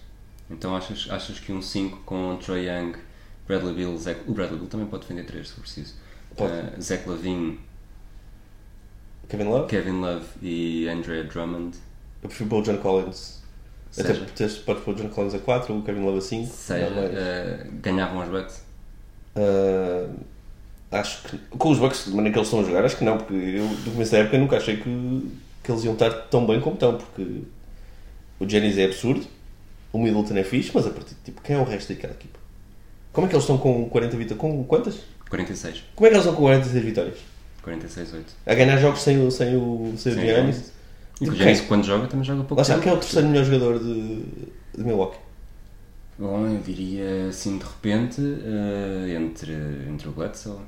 Speaker 1: Então achas, achas que um 5 com Trae Young, Bradley Bill, Zach, o Bradley Bill também pode defender 3 se for preciso.
Speaker 5: Pode.
Speaker 1: Eh, Zach Lavin,
Speaker 5: Kevin Love?
Speaker 1: Kevin Love e Andrea Drummond.
Speaker 5: Eu prefiro pôr o John Collins. Até
Speaker 1: Seja,
Speaker 5: porque tens- podes pôr o John Collins a 4, o Kevin Love a 5.
Speaker 1: seja eh, ganhavam os Bucks.
Speaker 5: acho que. Com os Bucks, de maneira que eles estão a jogar, acho que não, porque eu, do começo da época, nunca achei que, que eles iam estar tão bem como estão, porque o Jennings é absurdo, o Middleton é fixe, mas a partir de tipo, quem é o resto daquela equipa? Como é que eles estão com 40 vitórias? Com quantas?
Speaker 1: 46.
Speaker 5: Como é que eles estão com 46 vitórias?
Speaker 1: 46, 8.
Speaker 5: A ganhar jogos sem o, sem o, sem o
Speaker 1: Sem
Speaker 5: Giannis?
Speaker 1: Giannis. é E
Speaker 5: Tipo,
Speaker 1: o Giannis
Speaker 5: quem?
Speaker 1: quando joga também joga pouco
Speaker 5: Lá está,
Speaker 1: tempo.
Speaker 5: quem é o terceiro melhor jogador de, de Milwaukee?
Speaker 1: Bom, eu diria assim de repente eh, entre, entre o Bledsoe.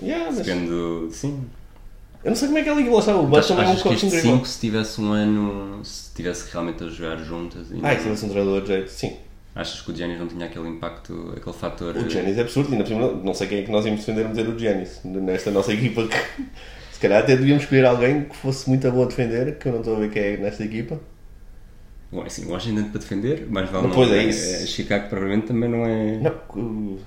Speaker 5: Yeah, mas eu
Speaker 1: Depende do. Sim.
Speaker 5: não sei como é que é a liga, lá está, o Bucks também é um
Speaker 1: Então, Achas que este
Speaker 5: coach incrível.
Speaker 1: 5 se tivesse um ano. Se tivesse realmente a jogar juntas. e
Speaker 5: Ah,
Speaker 1: não-
Speaker 5: isso deve ser um treinador de jeito, sim.
Speaker 1: Achas que o Giannis não tinha aquele impacto, aquele fator.
Speaker 5: O Giannis é absurdo, ainda por cima, não sei quem é que nós íamos defender a meter o Giannis nesta nossa equipa. Que, se calhar até devíamos escolher alguém que fosse muito bom a defender, que eu não estou a ver quem é nesta equipa.
Speaker 1: Bom, assim, Washington para defender, mas vale
Speaker 5: Não, pois é
Speaker 1: eh,
Speaker 5: isso.
Speaker 1: Chicago provavelmente também não é.
Speaker 5: Não, o-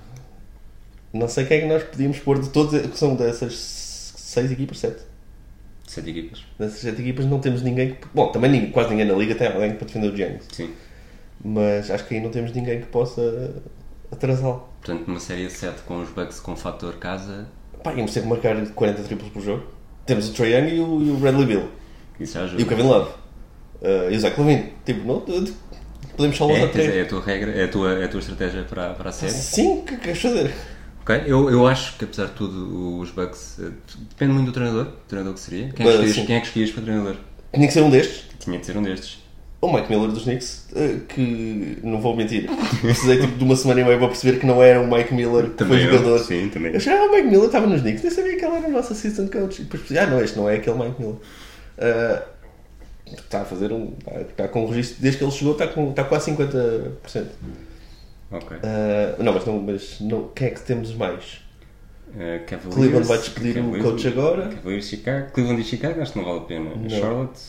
Speaker 5: não sei quem é que nós podíamos pôr de todas, que são dessas seis equipas, sete.
Speaker 1: Sete equipas.
Speaker 5: Dessas sete equipas não temos ninguém que. Bom, também ninguém- quase ninguém na liga tem alguém para defender o Giannis.
Speaker 1: Sim.
Speaker 5: Mas acho que aí não temos ninguém que possa atrasá-lo.
Speaker 1: Portanto, numa série de 7 com os Bucks com fator casa,
Speaker 5: Pá, íamos ter que marcar 40 triplos por jogo. Temos o Trae Young e o, e o Bradley Bill.
Speaker 1: isso já ajuda.
Speaker 5: E o é Kevin Love. Ah, e o Zach Lavin. Tipo, não, de- podemos só
Speaker 1: É,
Speaker 5: lançar
Speaker 1: quer dizer,
Speaker 5: três.
Speaker 1: é a tua regra, é a tua, é a tua estratégia para, para a série.
Speaker 5: Ah, Sim, o que queres fazer?
Speaker 1: Ok, eu, eu acho que apesar de tudo os Bucks eh, depende muito do treinador, do treinador que seria. Quem é
Speaker 5: Mas,
Speaker 1: que escolhias,
Speaker 5: sim.
Speaker 1: quem é que escolhias para treinador?
Speaker 5: Tinha que ser um destes.
Speaker 1: Tinha de ser um destes.
Speaker 5: O Mike Miller dos Knicks, ah, que não vou mentir, precisei tipo, de uma semana e meia para perceber que não era o Mike Miller que
Speaker 1: Também
Speaker 5: foi
Speaker 1: eu,
Speaker 5: jogador.
Speaker 1: sim, também.
Speaker 5: Eu achava que o Mike Miller estava nos Knicks, nem sabia que ele era o nosso assistant coach. E depois percebi, ah não, este não é aquele Mike Miller. Ah, está a fazer um. Está, está com um registro, desde que ele chegou, está, com, está quase 50%.
Speaker 1: Ok.
Speaker 5: Ah, não, mas, não, mas não, quem é que temos mais?
Speaker 1: Eh, Cavaliers,
Speaker 5: Cleveland vai despedir o
Speaker 1: Cavaliers-
Speaker 5: coach agora.
Speaker 1: Cavaliers, é Chicago. Cleveland e Chicago acho que não vale a pena. Charlotte.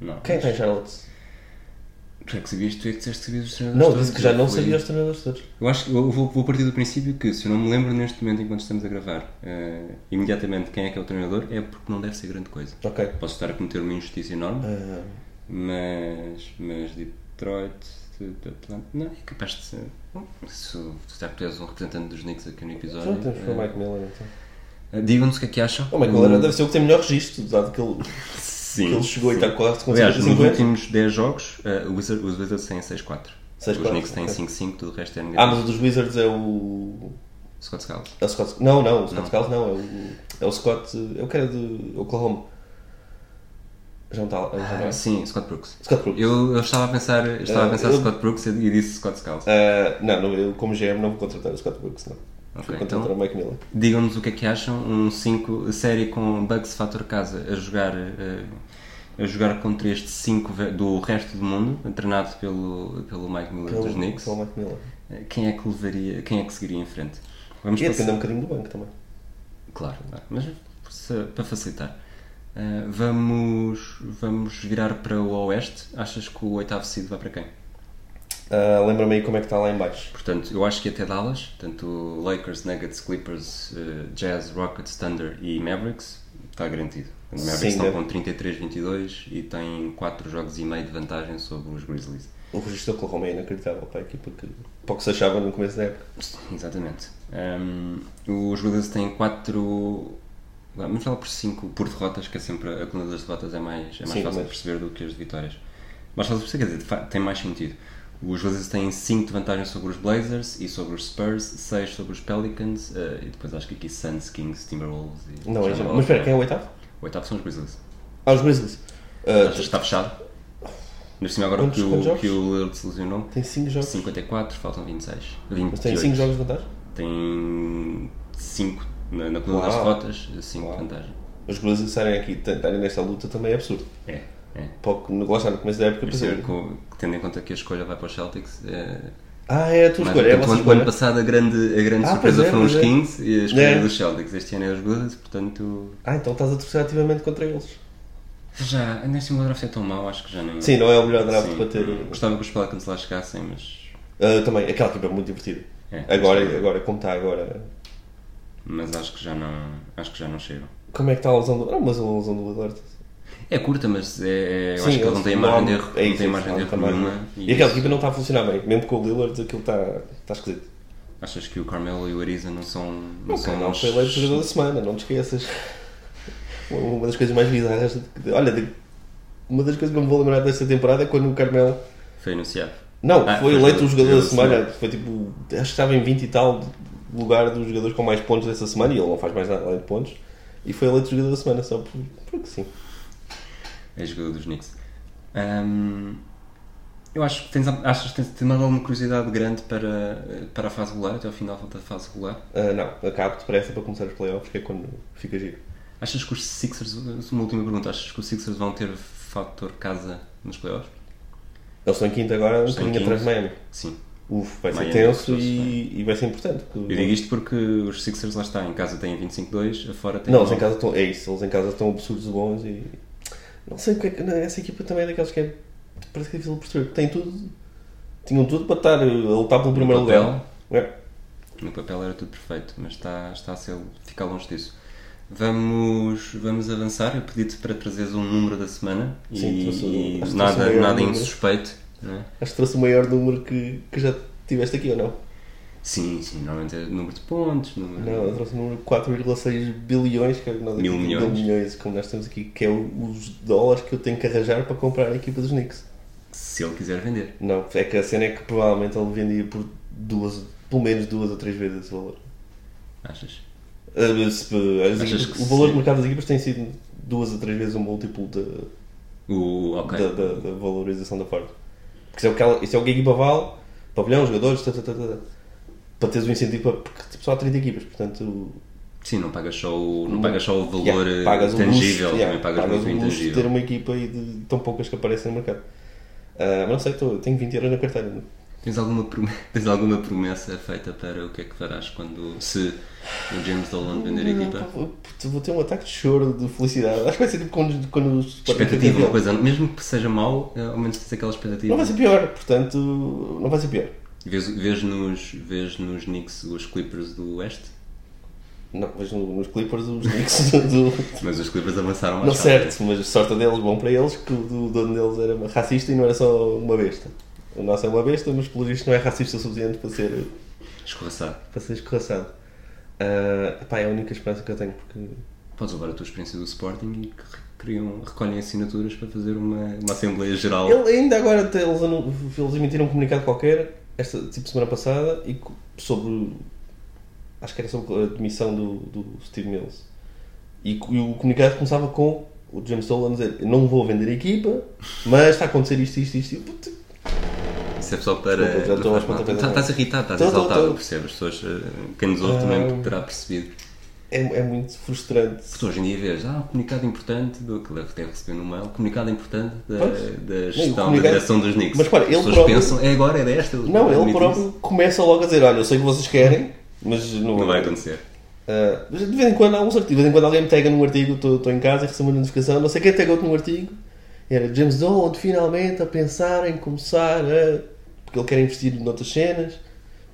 Speaker 1: Não.
Speaker 5: Quem tem Charlotte?
Speaker 1: Tu é que sabias, tu é que disseste que sabias os treinadores.
Speaker 5: Não,
Speaker 1: todos,
Speaker 5: disse que já não
Speaker 1: foi-
Speaker 5: sabia os treinadores todos.
Speaker 1: Eu acho que eu vou, vou partir do princípio que se eu não me lembro neste momento enquanto estamos a gravar eh, imediatamente quem é que é o treinador é porque não deve ser grande coisa.
Speaker 5: Ok.
Speaker 1: Posso estar a cometer uma injustiça enorme.
Speaker 5: Ah,
Speaker 1: Mas, mas Detroit, de- de Atlanta, não, é capaz de ser. Bom, Se tu já que tu és um representante dos Knicks aqui no episódio,
Speaker 5: pronto, temos que pôr o
Speaker 1: eh,
Speaker 5: Mike Miller então.
Speaker 1: digam-nos o que é que acham.
Speaker 5: O Mike Miller deve ser o que tem melhor registro, dado que ele,
Speaker 1: Sim.
Speaker 5: que ele chegou e
Speaker 1: sim.
Speaker 5: está quase com
Speaker 1: Aliás, nos
Speaker 5: 50.
Speaker 1: últimos 10 jogos, eh, os Wizards- os Wizards têm 6-4. Os
Speaker 5: 6-4,
Speaker 1: Knicks têm
Speaker 5: ok.
Speaker 1: 5-5, tudo o resto é
Speaker 5: Ah,
Speaker 1: negativo.
Speaker 5: mas o dos Wizards é o.
Speaker 1: Scott Scales.
Speaker 5: É o Scott. Não, não, o Scott Scales não, é o, é o Scott. É o que era de Oklahoma. Já não está lá. já não é.
Speaker 1: Ah, sim, Scott Brooks.
Speaker 5: Scott Brooks.
Speaker 1: Eu, eu estava a pensar, eu estava
Speaker 5: Eh,
Speaker 1: a pensar
Speaker 5: eu-
Speaker 1: Scott Brooks e disse Scott Scales.
Speaker 5: Ah, não, não, eu como GM não vou contratar o Scott Brooks, não. vou
Speaker 1: Ok,
Speaker 5: contratar
Speaker 1: então-
Speaker 5: o Mike Miller.
Speaker 1: Digam-nos o que é que acham. Um 5 série com Bucks Fator Casa a jogar eh, a jogar contra este 5 do resto do mundo, treinado pelo, pelo Mike Miller
Speaker 5: Pelo-
Speaker 1: dos Knicks.
Speaker 5: pelo Mike Miller.
Speaker 1: Eh, Quem é que levaria, quem é que seguiria em frente? Vamos
Speaker 5: E depende
Speaker 1: passar-
Speaker 5: um bocadinho do banco também.
Speaker 1: Claro, claro. mas se- para facilitar. eh, vamos, vamos virar para o Oeste. Achas que o oitavo seed vai para quem?
Speaker 5: Ah, Lembra-me aí como é que está lá em baixo.
Speaker 1: Portanto, eu acho que até Dallas, portanto, Lakers, Nuggets, Clippers, eh, Jazz, Rockets, Thunder e Mavericks, está garantido. Portanto, Mavericks
Speaker 5: Sim,
Speaker 1: estão
Speaker 5: deve-
Speaker 1: com 33-22 e têm 4 jogos e meio de vantagem sobre os Grizzlies.
Speaker 5: O registro do Oklahoma é inacreditável para a equipa que para o que se achava no começo da época.
Speaker 1: Exatamente. Ahm, os Grizzlies têm 4. Vamos falar por 5 por derrotas, que é sempre a coluna das derrotas é mais, é mais
Speaker 5: Sim,
Speaker 1: fácil de
Speaker 5: mas-
Speaker 1: perceber do que as de vitórias. Mas fácil de perceber, quer dizer, de fa- tem mais sentido. Os Grizzlies têm 5 de vantagem sobre os Blazers e sobre os Spurs, 6 sobre os Pelicans eh, e depois acho que aqui Suns, Kings, Timberwolves e.
Speaker 5: Não, é
Speaker 1: já
Speaker 5: já.
Speaker 1: vale
Speaker 5: Mas
Speaker 1: a pena.
Speaker 5: espera, quem é o oitavo?
Speaker 1: O oitavo são os Grizzlies.
Speaker 5: Ah, os Grizzlies. Ah,
Speaker 1: Achas que está fechado? Neste cima agora
Speaker 5: Quantos-
Speaker 1: que
Speaker 5: quantos
Speaker 1: o,
Speaker 5: jogos?
Speaker 1: que o Lillard se lesionou,
Speaker 5: tem 5 jogos.
Speaker 1: 54, faltam 26.
Speaker 5: Mas
Speaker 1: 28.
Speaker 5: tem 5 jogos de vantagem.
Speaker 1: tem 5 na, na coluna
Speaker 5: Uau.
Speaker 1: das rotas, 5 de
Speaker 5: Uau.
Speaker 1: vantagem.
Speaker 5: Os Grizzlies estarem aqui e tentarem nesta luta também é absurdo.
Speaker 1: É, é.
Speaker 5: Pouco, no, lá está no começo da época,
Speaker 1: Por isso, é
Speaker 5: pensei,
Speaker 1: co- tendo em conta que a escolha vai para os Celtics, é,
Speaker 5: ah, é a tua
Speaker 1: mas,
Speaker 5: escolha, é a
Speaker 1: portanto, o
Speaker 5: vossa
Speaker 1: ano
Speaker 5: escolha.
Speaker 1: passado a grande, a grande
Speaker 5: Ah,
Speaker 1: surpresa
Speaker 5: pois é,
Speaker 1: foram os
Speaker 5: pois é.
Speaker 1: Kings e a escolha
Speaker 5: É.
Speaker 1: dos Celtics. Este ano é os Grizzlies, portanto.
Speaker 5: Ah, então estás a torcer ativamente contra eles.
Speaker 1: Já, neste meu draft é tão mau, acho que já não.
Speaker 5: Sim, não é o melhor draft
Speaker 1: Sim.
Speaker 5: para ter.
Speaker 1: Gostava que os Pelicans lá chegassem, mas.
Speaker 5: Ah, também, aquela equipa é muito divertida.
Speaker 1: É,
Speaker 5: Agora,
Speaker 1: gostava.
Speaker 5: agora, como está agora.
Speaker 1: Mas acho que já não, acho que já não chegam.
Speaker 5: Como é que está a lesão do. Ah, mas a lesão do Lillard.
Speaker 1: É curta, mas é, é- eu
Speaker 5: Sim,
Speaker 1: acho que ele não tem margem de erro,
Speaker 5: é
Speaker 1: não
Speaker 5: isso,
Speaker 1: tem margem de
Speaker 5: não
Speaker 1: erro
Speaker 5: tem margem.
Speaker 1: nenhuma.
Speaker 5: E, aquela
Speaker 1: isso-
Speaker 5: equipa não está a funcionar bem, mesmo com o Lillard, aquilo está, está esquisito.
Speaker 1: Achas que o Carmelo e o Ariza não são. Não,
Speaker 5: Não,
Speaker 1: são
Speaker 5: cara, não
Speaker 1: uns-
Speaker 5: foi eleito jogador da semana, não te esqueças. Uma das coisas mais bizarras. de- Olha, de- uma das coisas que eu me vou lembrar desta temporada é quando o Carmelo.
Speaker 1: Foi anunciado.
Speaker 5: Não,
Speaker 1: Ah,
Speaker 5: foi
Speaker 1: foi
Speaker 5: eleito o um jogador da
Speaker 1: semana.
Speaker 5: semana. Foi tipo. Acho que estava em 20 e tal lugar dos jogadores com mais pontos dessa semana e ele não faz mais nada além de pontos. E foi eleito o jogador da semana só por, porque sim.
Speaker 1: É jogador dos Knicks. Ahm, eu acho que tens, achas que tens, tens mais alguma curiosidade grande para, para a fase regular, até ao final da fase regular.
Speaker 5: Ah, não, acabo depressa para começar os playoffs, que é quando fica giro.
Speaker 1: Achas que os Sixers. Uma última pergunta. Achas que os Sixers vão ter fator casa nos playoffs?
Speaker 5: Eles estão em quinto é agora, um
Speaker 1: Estão em
Speaker 5: bocadinho atrás de
Speaker 1: quinto.
Speaker 5: Miami.
Speaker 1: Sim.
Speaker 5: Uf, vai ser
Speaker 1: Miami,
Speaker 5: tenso
Speaker 1: se fosse
Speaker 5: e, e vai ser importante. porque-
Speaker 1: Eu digo isto porque os Sixers lá está. Em casa têm 25-2, afora têm.
Speaker 5: Não, eles em casa estão. É isso, eles em casa estão absurdos de bons e. Não sei porque é que. não, Essa equipa também é daquelas que é. Parece que é difícil de perceber. Tem tudo. Tinham tudo para estar eh, a lutar pelo primeiro
Speaker 1: papel.
Speaker 5: lugar. É.
Speaker 1: No papel era tudo perfeito, mas está, está a ser, ficar longe disso. Vamos, vamos avançar. Eu pedi-te para trazeres um número da semana
Speaker 5: Sim,
Speaker 1: e,
Speaker 5: trouxe o-
Speaker 1: e
Speaker 5: acho que trouxe o
Speaker 1: nada,
Speaker 5: maior
Speaker 1: nada
Speaker 5: número.
Speaker 1: insuspeito. Não é?
Speaker 5: Acho que trouxe o maior número que, que já tiveste aqui ou não?
Speaker 1: Sim, sim, normalmente é número de pontos, número
Speaker 5: Não, eu trouxe o número 4,6 bilhões, que é o que nós aqui
Speaker 1: Hum. Mil
Speaker 5: temos,
Speaker 1: milhões.
Speaker 5: milhões, como nós temos aqui, que é o- os dólares que eu tenho que arranjar para comprar a equipa dos Knicks.
Speaker 1: se ele quiser vender.
Speaker 5: Não, é que a cena é que provavelmente ele vendia por duas, pelo menos duas ou três vezes esse valor.
Speaker 1: Achas?
Speaker 5: Uh, se- uh, as
Speaker 1: Achas
Speaker 5: equipas-
Speaker 1: que
Speaker 5: o valor
Speaker 1: sim?
Speaker 5: de mercado das equipas tem sido duas a três vezes o múltiplo de-
Speaker 1: O, ok.
Speaker 5: da, da- da valorização da Ford. Porque isso é o que, ela, isso é o que a equipa vale, pavilhão, jogadores, tá, tá, tá, tá, tá. para teres o incentivo, para- porque tipo, só há 30 equipas, portanto
Speaker 1: Sim, não pagas só o, não pagas só o valor
Speaker 5: yeah,
Speaker 1: eh,
Speaker 5: pagas o luxo,
Speaker 1: tangível,
Speaker 5: yeah,
Speaker 1: também pagas,
Speaker 5: pagas
Speaker 1: muito
Speaker 5: o luxo de
Speaker 1: intangível.
Speaker 5: ter um- uma equipa e de tão poucas que aparecem no mercado. Ah, mas não sei, tô- tenho 20 euros na carteira.
Speaker 1: Tens alguma, promessa, (laughs) tens alguma promessa feita para o que é que farás quando se o James Dolan vender a equipa?
Speaker 5: Pá, vou- puto, Vou ter um ataque de choro, de felicidade. Acho que vai ser tipo quando, quando os
Speaker 1: expectativa, uma coisa, mesmo que seja mau, eh, ao menos tens aquela expectativa.
Speaker 5: Não vai ser pior, portanto, não vai ser pior.
Speaker 1: Vês, vês, nos, vês nos Knicks os Clippers do Oeste,
Speaker 5: Não, mas no- nos Clippers os Knicks (laughs) do...
Speaker 1: mas os Clippers avançaram mais
Speaker 5: Não
Speaker 1: rápido.
Speaker 5: certo, mas sorte deles, bom para eles, que o dono deles era racista e não era só uma besta. O nosso é uma besta, mas pelo visto não é racista o suficiente para ser,
Speaker 1: Escorraçado.
Speaker 5: para ser escorraçado. Ah, pá, é a única esperança que eu tenho, porque
Speaker 1: Podes levar a tua experiência do Sporting e que criam, recolhem assinaturas para fazer uma, uma Assembleia Geral.
Speaker 5: Ele, ainda agora até eles, anu- eles emitiram um comunicado qualquer, esta tipo semana passada, e co- sobre. Acho que era sobre a demissão do, do Steve Mills. E, co- e o comunicado começava com o James Dolan a dizer: "Eu Não vou vender a equipa, mas está a acontecer isto, isto, isto. e eu, puto,
Speaker 1: Isso é só para.
Speaker 5: Desculpa, já estou aos
Speaker 1: para-
Speaker 5: pontapés
Speaker 1: Tá-
Speaker 5: agora.
Speaker 1: Estás irritado, estás
Speaker 5: um. Tô, Ah. tô,
Speaker 1: exaltado,
Speaker 5: tô.
Speaker 1: percebes? As pessoas, eh, quem nos ouve também terá percebido.
Speaker 5: é, é muito frustrante.
Speaker 1: Porque hoje em dia vês, ah, um comunicado importante do que deve ter recebido no mail, um comunicado importante da,
Speaker 5: Pois.
Speaker 1: da
Speaker 5: Não, o
Speaker 1: gestão, da
Speaker 5: comunicado-
Speaker 1: direção dos Knicks.
Speaker 5: Mas, repara,
Speaker 1: As
Speaker 5: ele
Speaker 1: pessoas
Speaker 5: próprio-
Speaker 1: pensam, é agora, é desta.
Speaker 5: Não, ele
Speaker 1: admite
Speaker 5: próprio
Speaker 1: isso.
Speaker 5: começa logo a dizer: olha, eu sei que vocês querem, mas não,
Speaker 1: Não vai acontecer.
Speaker 5: Ah, mas de vez em quando há uns artigos, de vez em quando alguém me pega num artigo, estou em casa e recebo uma notificação, não sei quem pegou-te num artigo, era James Dolan finalmente a pensar em começar a. porque ele quer investir noutras cenas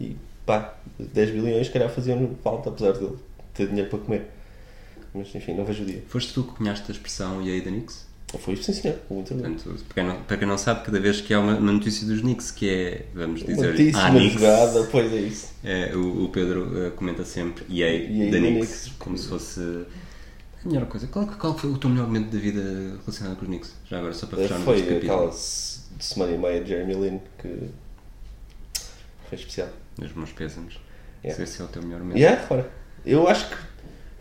Speaker 5: e pá, 10 bilhões se calhar faziam falta, apesar de ele ter dinheiro para comer. Mas enfim, não vejo o dia.
Speaker 1: Foste tu que cunhaste a expressão e aí da Knicks?
Speaker 5: Foi isso, sim senhor, com muito trabalho.
Speaker 1: Portanto, para quem, não, para quem não sabe, cada vez que há uma, uma notícia dos Knicks, que é, vamos
Speaker 5: Uma
Speaker 1: dizer, ah,
Speaker 5: notíssima
Speaker 1: Knicks,
Speaker 5: jogada, pois é isso.
Speaker 1: é, o, o Pedro eh, comenta sempre e
Speaker 5: E aí,
Speaker 1: aí da
Speaker 5: da
Speaker 1: Knicks,
Speaker 5: Knicks.
Speaker 1: como se fosse a melhor coisa. Qual, qual foi o teu melhor momento da vida relacionado com os Knicks? Já agora, só para fechar
Speaker 5: Eh, Foi
Speaker 1: este capítulo.
Speaker 5: aquela se- semana e meia de Jeremy Lin que foi especial.
Speaker 1: Nos meus pésames.
Speaker 5: Yeah.
Speaker 1: Se esse é o teu melhor momento.
Speaker 5: E é, fora. Eu acho que.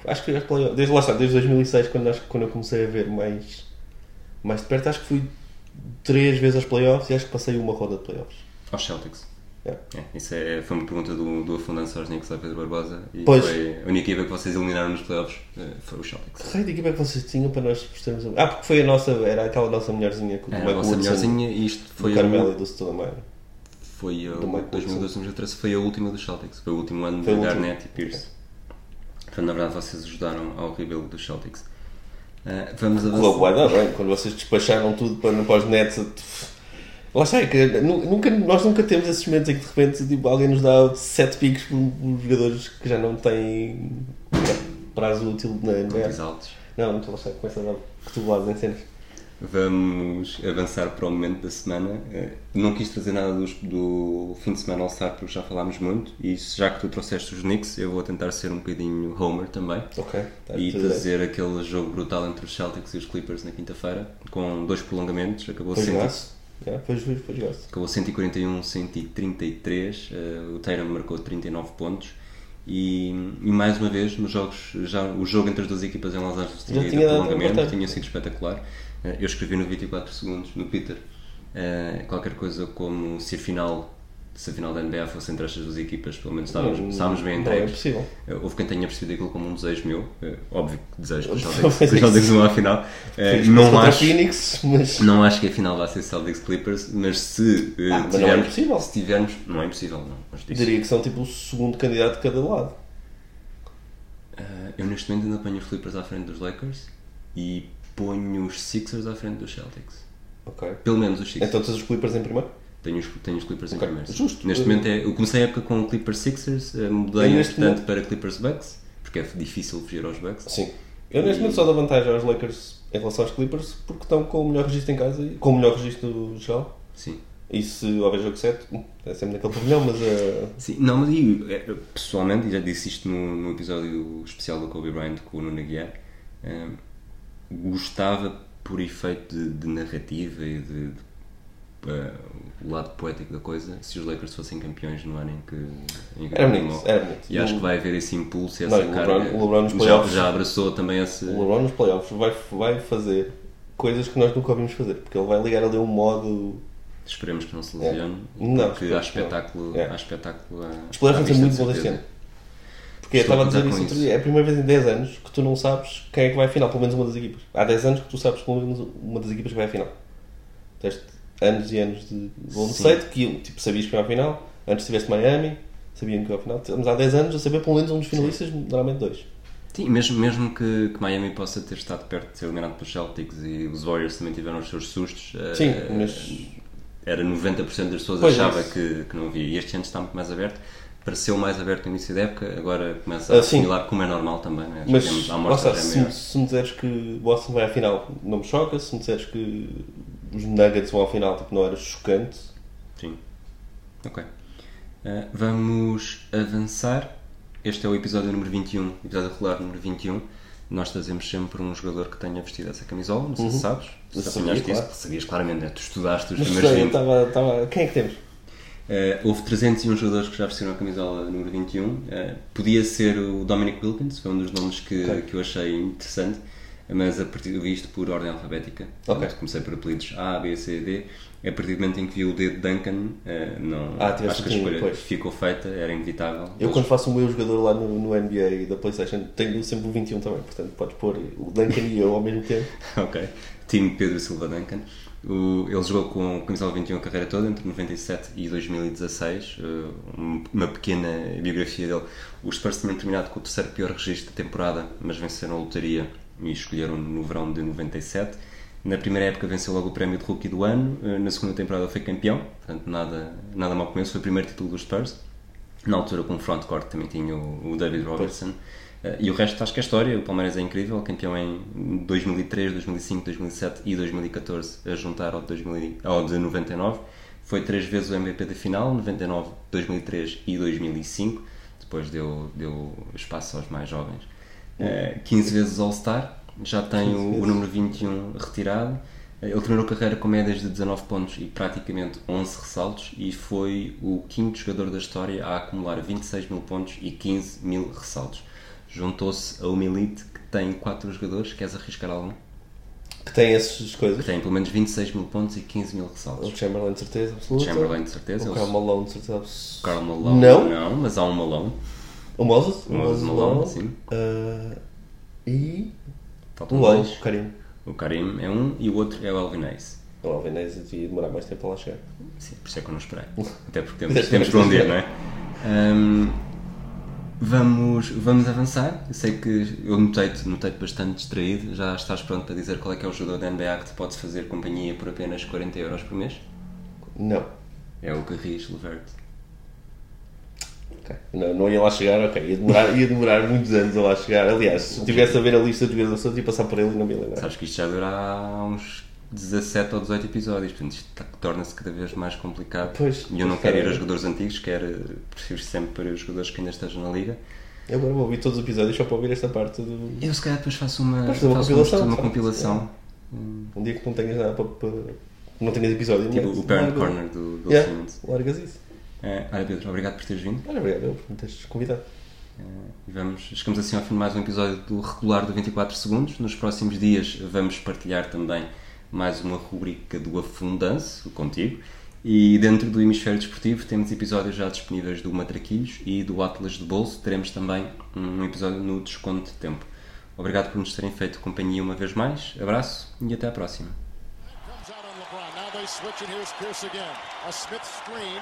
Speaker 5: Acho que eu- desde lá está, desde 2006, quando, acho, que quando eu comecei a ver mais, mais de perto, acho que fui três vezes aos playoffs e acho que passei uma roda de playoffs.
Speaker 1: Aos Celtics.
Speaker 5: Yeah.
Speaker 1: É, isso é, foi uma pergunta do, do Afundança aos Knicks ao Pedro Barbosa e
Speaker 5: Pois.
Speaker 1: foi a única equipa que vocês eliminaram nos playoffs eh, foi os Celtics.
Speaker 5: Que raio de equipa é que vocês tinham para nós prestarmos a... Ah, porque foi a nossa, era aquela nossa melhorzinha com o
Speaker 1: Era É a
Speaker 5: Mike
Speaker 1: vossa
Speaker 5: Woodson,
Speaker 1: melhorzinha e isto foi
Speaker 5: do Carmelo e do Stoudemire.
Speaker 1: Foi a,
Speaker 5: Do Mike
Speaker 1: 2012, 2013 foi a última dos Celtics. Foi o último ano
Speaker 5: Foi
Speaker 1: de
Speaker 5: o último.
Speaker 1: Garnett e Pierce. Portanto, na verdade, vocês ajudaram ao rebelo dos Celtics. Ah, vamos
Speaker 5: Logo,
Speaker 1: avançar.
Speaker 5: vai dar bem, quando vocês despacharam tudo para, para os nets... Lá está, é que nu- nunca, nós nunca temos esses momentos em que de repente tipo, alguém nos dá sete picos por, por jogadores que já não têm prazo útil na NBA.
Speaker 1: Os altos.
Speaker 5: Não, não estou a gostar, começa a dar cotoveladas em cenas.
Speaker 1: Vamos avançar para o momento da semana. Eh, Não quis trazer nada dos- do fim de semana All-Star porque já falámos muito. E se já que tu trouxeste os Knicks, eu vou tentar ser um bocadinho Homer também.
Speaker 5: Ok, tá
Speaker 1: e
Speaker 5: tudo bem.
Speaker 1: trazer aquele jogo brutal entre os Celtics e os Clippers na quinta-feira, com dois prolongamentos. Acabou
Speaker 5: Foi
Speaker 1: 100
Speaker 5: jogaço. Já, Foi juízo, foi jogaço.
Speaker 1: Acabou 141, 133. eh, o Tatum marcou 39 pontos. E, e mais uma vez, nos jogos, já, o jogo entre as duas equipas em Los Angeles tinha
Speaker 5: Já
Speaker 1: ido
Speaker 5: tinha
Speaker 1: a
Speaker 5: dado um
Speaker 1: prolongamento,
Speaker 5: botão.
Speaker 1: tinha sido espetacular. Eh, eu escrevi no 24 segundos, no Twitter, eh, qualquer coisa como se a final. Se a final da NBA fosse entre estas duas equipas, pelo menos estávamos, estávamos bem
Speaker 5: Não, é
Speaker 1: entregues.
Speaker 5: possível.
Speaker 1: Eh, Houve quem tenha percebido aquilo como um desejo meu, eh, óbvio que desejo que
Speaker 5: (laughs)
Speaker 1: os
Speaker 5: Pois é
Speaker 1: Celtics- que os Celtics vão à final. Eh,
Speaker 5: Fiz
Speaker 1: Não
Speaker 5: contra
Speaker 1: acho,
Speaker 5: Phoenix, mas...
Speaker 1: não acho que a final vai ser Celtics Clippers, mas se eh,
Speaker 5: Ah, mas não é
Speaker 1: tivermos,
Speaker 5: impossível.
Speaker 1: se tivermos, não é impossível, não. Mas disse.
Speaker 5: Diria que são tipo o segundo candidato de cada lado.
Speaker 1: Eh, eu neste momento ainda ponho os Clippers à frente dos Lakers e ponho os Sixers à frente dos Celtics.
Speaker 5: Ok.
Speaker 1: Pelo menos os Sixers.
Speaker 5: Então tens os Clippers em primeiro?
Speaker 1: tenho, os, tenho os Clippers
Speaker 5: Ok,
Speaker 1: em primeiro.
Speaker 5: justo.
Speaker 1: Neste
Speaker 5: Eh,
Speaker 1: momento é, eu comecei a época com o Clippers Sixers, eh, mudei
Speaker 5: Eu neste
Speaker 1: entretanto
Speaker 5: momento-
Speaker 1: para Clippers Bucks, porque é difícil fugir aos Bucks.
Speaker 5: Sim. Eu neste momento só dou vantagem aos Lakers em relação aos Clippers porque estão com o melhor registro em casa, e- com o melhor registro geral.
Speaker 1: Sim.
Speaker 5: E se houver jogo 7, é sempre naquele pavilhão, mas... eh,
Speaker 1: Sim, não, mas e, eh, pessoalmente, e já disse isto no, no episódio especial do Kobe Bryant com o Nuno Aguiar, eh, gostava, por efeito de, de narrativa e de, de, eh, o lado poético da coisa, se os Lakers fossem campeões no ano em que... Em que
Speaker 5: Era
Speaker 1: ganhou.
Speaker 5: bonito, era bonito.
Speaker 1: E acho que vai haver esse impulso, e
Speaker 5: Não,
Speaker 1: essa
Speaker 5: e o
Speaker 1: carga.
Speaker 5: LeBron- o LeBron nos
Speaker 1: Já-
Speaker 5: playoffs-
Speaker 1: já, abraçou também esse...
Speaker 5: O LeBron nos playoffs vai, vai fazer coisas que nós nunca ouvimos fazer, porque ele vai ligar ali um modo.
Speaker 1: Esperemos que não se lesione,
Speaker 5: É. Não,
Speaker 1: porque há
Speaker 5: esperemos que não.
Speaker 1: espetáculo...
Speaker 5: É.
Speaker 1: Há espetáculo à-
Speaker 5: Os playoffs
Speaker 1: à
Speaker 5: vão ser
Speaker 1: vista,
Speaker 5: muito
Speaker 1: de
Speaker 5: bons este ano.
Speaker 1: certeza.
Speaker 5: Porque
Speaker 1: Estou
Speaker 5: eu estava
Speaker 1: a
Speaker 5: a dizer
Speaker 1: contar
Speaker 5: isso
Speaker 1: com
Speaker 5: outro
Speaker 1: isso.
Speaker 5: dia, é a primeira vez em 10 anos que tu não sabes quem é que vai à final, pelo menos uma das equipas. Há 10 anos que tu sabes pelo menos uma das equipas que vai à final. Teste anos e anos de Golden
Speaker 1: Sim.
Speaker 5: State, que eu, tipo, sabias que vai à final, antes tiveste Miami, sabiam que ia à final. Estamos há 10 anos a saber pelo menos um dos finalistas, normalmente dois.
Speaker 1: Sim, mesmo, mesmo que, que Miami possa ter estado perto de ser eliminado pelos Celtics e os Warriors também tiveram os seus sustos, eh,
Speaker 5: Sim, mas
Speaker 1: era 90% das pessoas
Speaker 5: Pois, é.
Speaker 1: achava
Speaker 5: isso.
Speaker 1: que, que não havia. E este ano está muito mais aberto, pareceu mais aberto no início da época, agora começa
Speaker 5: Ah,
Speaker 1: a
Speaker 5: sim.
Speaker 1: assimilar como é normal também, né? Já
Speaker 5: Mas
Speaker 1: temos a
Speaker 5: lá
Speaker 1: amostra
Speaker 5: está,
Speaker 1: já
Speaker 5: se,
Speaker 1: maior.
Speaker 5: se me disseres que Boston vai à final, não me choca. Se me disseres que os Nuggets vão à final, tipo, não era chocante.
Speaker 1: Sim. Ok. Eh, vamos avançar. Este é o episódio número 21, episódio regular número 21. Nós trazemos sempre um jogador que tenha vestido essa camisola, não sei se sabes.
Speaker 5: Uhum. Eu
Speaker 1: Se
Speaker 5: sabia,
Speaker 1: apanhaste isso,
Speaker 5: claro.
Speaker 1: sabias claramente, né? tu estudaste os
Speaker 5: Mas
Speaker 1: primeiros
Speaker 5: sei, eu
Speaker 1: 20.
Speaker 5: estava. estava- Quem é que temos?
Speaker 1: Eh, houve 301 jogadores que já vestiram a camisola número 21. Eh, podia ser o Dominic Wilkins, foi um dos nomes que,
Speaker 5: Ok.
Speaker 1: que eu achei interessante, mas a partir do visto por ordem alfabética.
Speaker 5: Ok.
Speaker 1: Portanto, Comecei por apelidos A, B, C, D. Eh, a partir do momento em que vi o dedo de Duncan, eh, não,
Speaker 5: Ah, tiveste
Speaker 1: acho que a
Speaker 5: um bocadinho,
Speaker 1: escolha
Speaker 5: pois.
Speaker 1: ficou feita, era inevitável.
Speaker 5: Eu
Speaker 1: Eles-
Speaker 5: quando faço o meu jogador lá no, no NBA da Playstation tenho sempre o 21 também, portanto podes pôr o Duncan e eu ao mesmo tempo.
Speaker 1: (laughs) Ok. Time Pedro Silva Duncan. O- ele jogou com o Camisola 21 a carreira toda, entre 97 e 2016. Uh, um- uma pequena biografia dele. Os Spurs tinham terminado com o terceiro pior registro da temporada, mas venceram a lotaria e escolheram no verão de 97. Na primeira época venceu logo o prémio de Rookie do ano, uh, na segunda temporada foi campeão, portanto nada, nada mal começo, foi o primeiro título dos Spurs. Na altura, com o frontcourt também tinha o, o David Robertson. Eh, e o resto, acho que é história. O Palmeiras é incrível, campeão em 2003, 2005, 2007 e 2014, a juntar ao de, 2000, e- ao de 99. Foi três vezes o MVP da final, 99, 2003 e 2005. Depois deu, deu espaço aos mais jovens. Eh, 15 vezes All-Star, já tem o, o número 21 retirado. Eh, Ele terminou a carreira com médias de 19 pontos e praticamente 11 ressaltos e foi o quinto jogador da história a acumular 26 mil pontos e 15 mil ressaltos. Juntou-se a uma elite que tem 4 jogadores, queres arriscar algum?
Speaker 5: Que tem essas
Speaker 1: Que
Speaker 5: coisas.
Speaker 1: tem pelo menos 26 mil pontos e 15 mil ressaltos.
Speaker 5: O Chamberlain de certeza absoluta.
Speaker 1: Chamberlain, de certeza.
Speaker 5: O
Speaker 1: eles-
Speaker 5: Karl Malone de certeza absoluta.
Speaker 1: Karl Malone.
Speaker 5: Não?
Speaker 1: mas há um Malone.
Speaker 5: O Moses? O
Speaker 1: Moses Malone, sim.
Speaker 5: Ah, e
Speaker 1: Faltam
Speaker 5: o LOL,
Speaker 1: dois.
Speaker 5: o Karim.
Speaker 1: O Karim é um e o outro é o Alvin Hayes.
Speaker 5: O Alvinez devia demorar mais tempo a lá chegar.
Speaker 1: Sim, por isso é que eu não esperei. Até porque temos,
Speaker 5: Deste
Speaker 1: temos
Speaker 5: momento.
Speaker 1: para um dia, não é? Ahm, vamos, vamos avançar. Eu sei que eu notei-te notei bastante distraído. Já estás pronto para dizer qual é que é o jogador da NBA que te pode fazer companhia por apenas 40 euros por mês?
Speaker 5: Não.
Speaker 1: É o Garris Levert.
Speaker 5: Ok. Não, não ia lá chegar, ok. Ia demorar, ia demorar muitos anos a lá chegar. Aliás, se eu tivesse a ver a lista de jogadores todos, ia passar por ele e não me ia lembrar.
Speaker 1: Sabes que isto já dura há uns 17 ou 18 episódios, portanto isto tá- torna-se cada vez mais complicado.
Speaker 5: Pois,
Speaker 1: e eu não
Speaker 5: pois,
Speaker 1: quero
Speaker 5: cara,
Speaker 1: ir
Speaker 5: é.
Speaker 1: aos jogadores antigos, quero, prefiro sempre ir aos jogadores que ainda estejam na liga.
Speaker 5: Eu agora vou ouvir todos os episódios só para ouvir esta parte do.
Speaker 1: Eu se calhar depois faço uma,
Speaker 5: Podes fazer uma
Speaker 1: faço
Speaker 5: compilação,
Speaker 1: uma
Speaker 5: sabe?
Speaker 1: compilação
Speaker 5: Um dia que não tenhas nada para. para- Não tenhas episódio.
Speaker 1: Tipo
Speaker 5: metes,
Speaker 1: o Parent
Speaker 5: larga-
Speaker 1: Corner assim. do Bill
Speaker 5: Yeah,
Speaker 1: Simmons.
Speaker 5: largas isso.
Speaker 1: Eh, olha, Pedro, obrigado por teres vindo.
Speaker 5: Olha, obrigado eu, por me teres convidado.
Speaker 1: E vamos, chegamos assim ao fim de mais um episódio do regular do 24 Segundos. Nos próximos dias vamos partilhar também mais uma rubrica do Afundance contigo. E dentro do Hemisfério Desportivo temos episódios já disponíveis do Matraquilhos e do Atlas de Bolso. Teremos também um episódio no Desconto de Tempo. Obrigado por nos terem feito companhia uma vez mais. Abraço e até à próxima.
Speaker 2: Comes out on LeBron. Now they switch, and here's Pierce again. A Smith screen.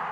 Speaker 4: it.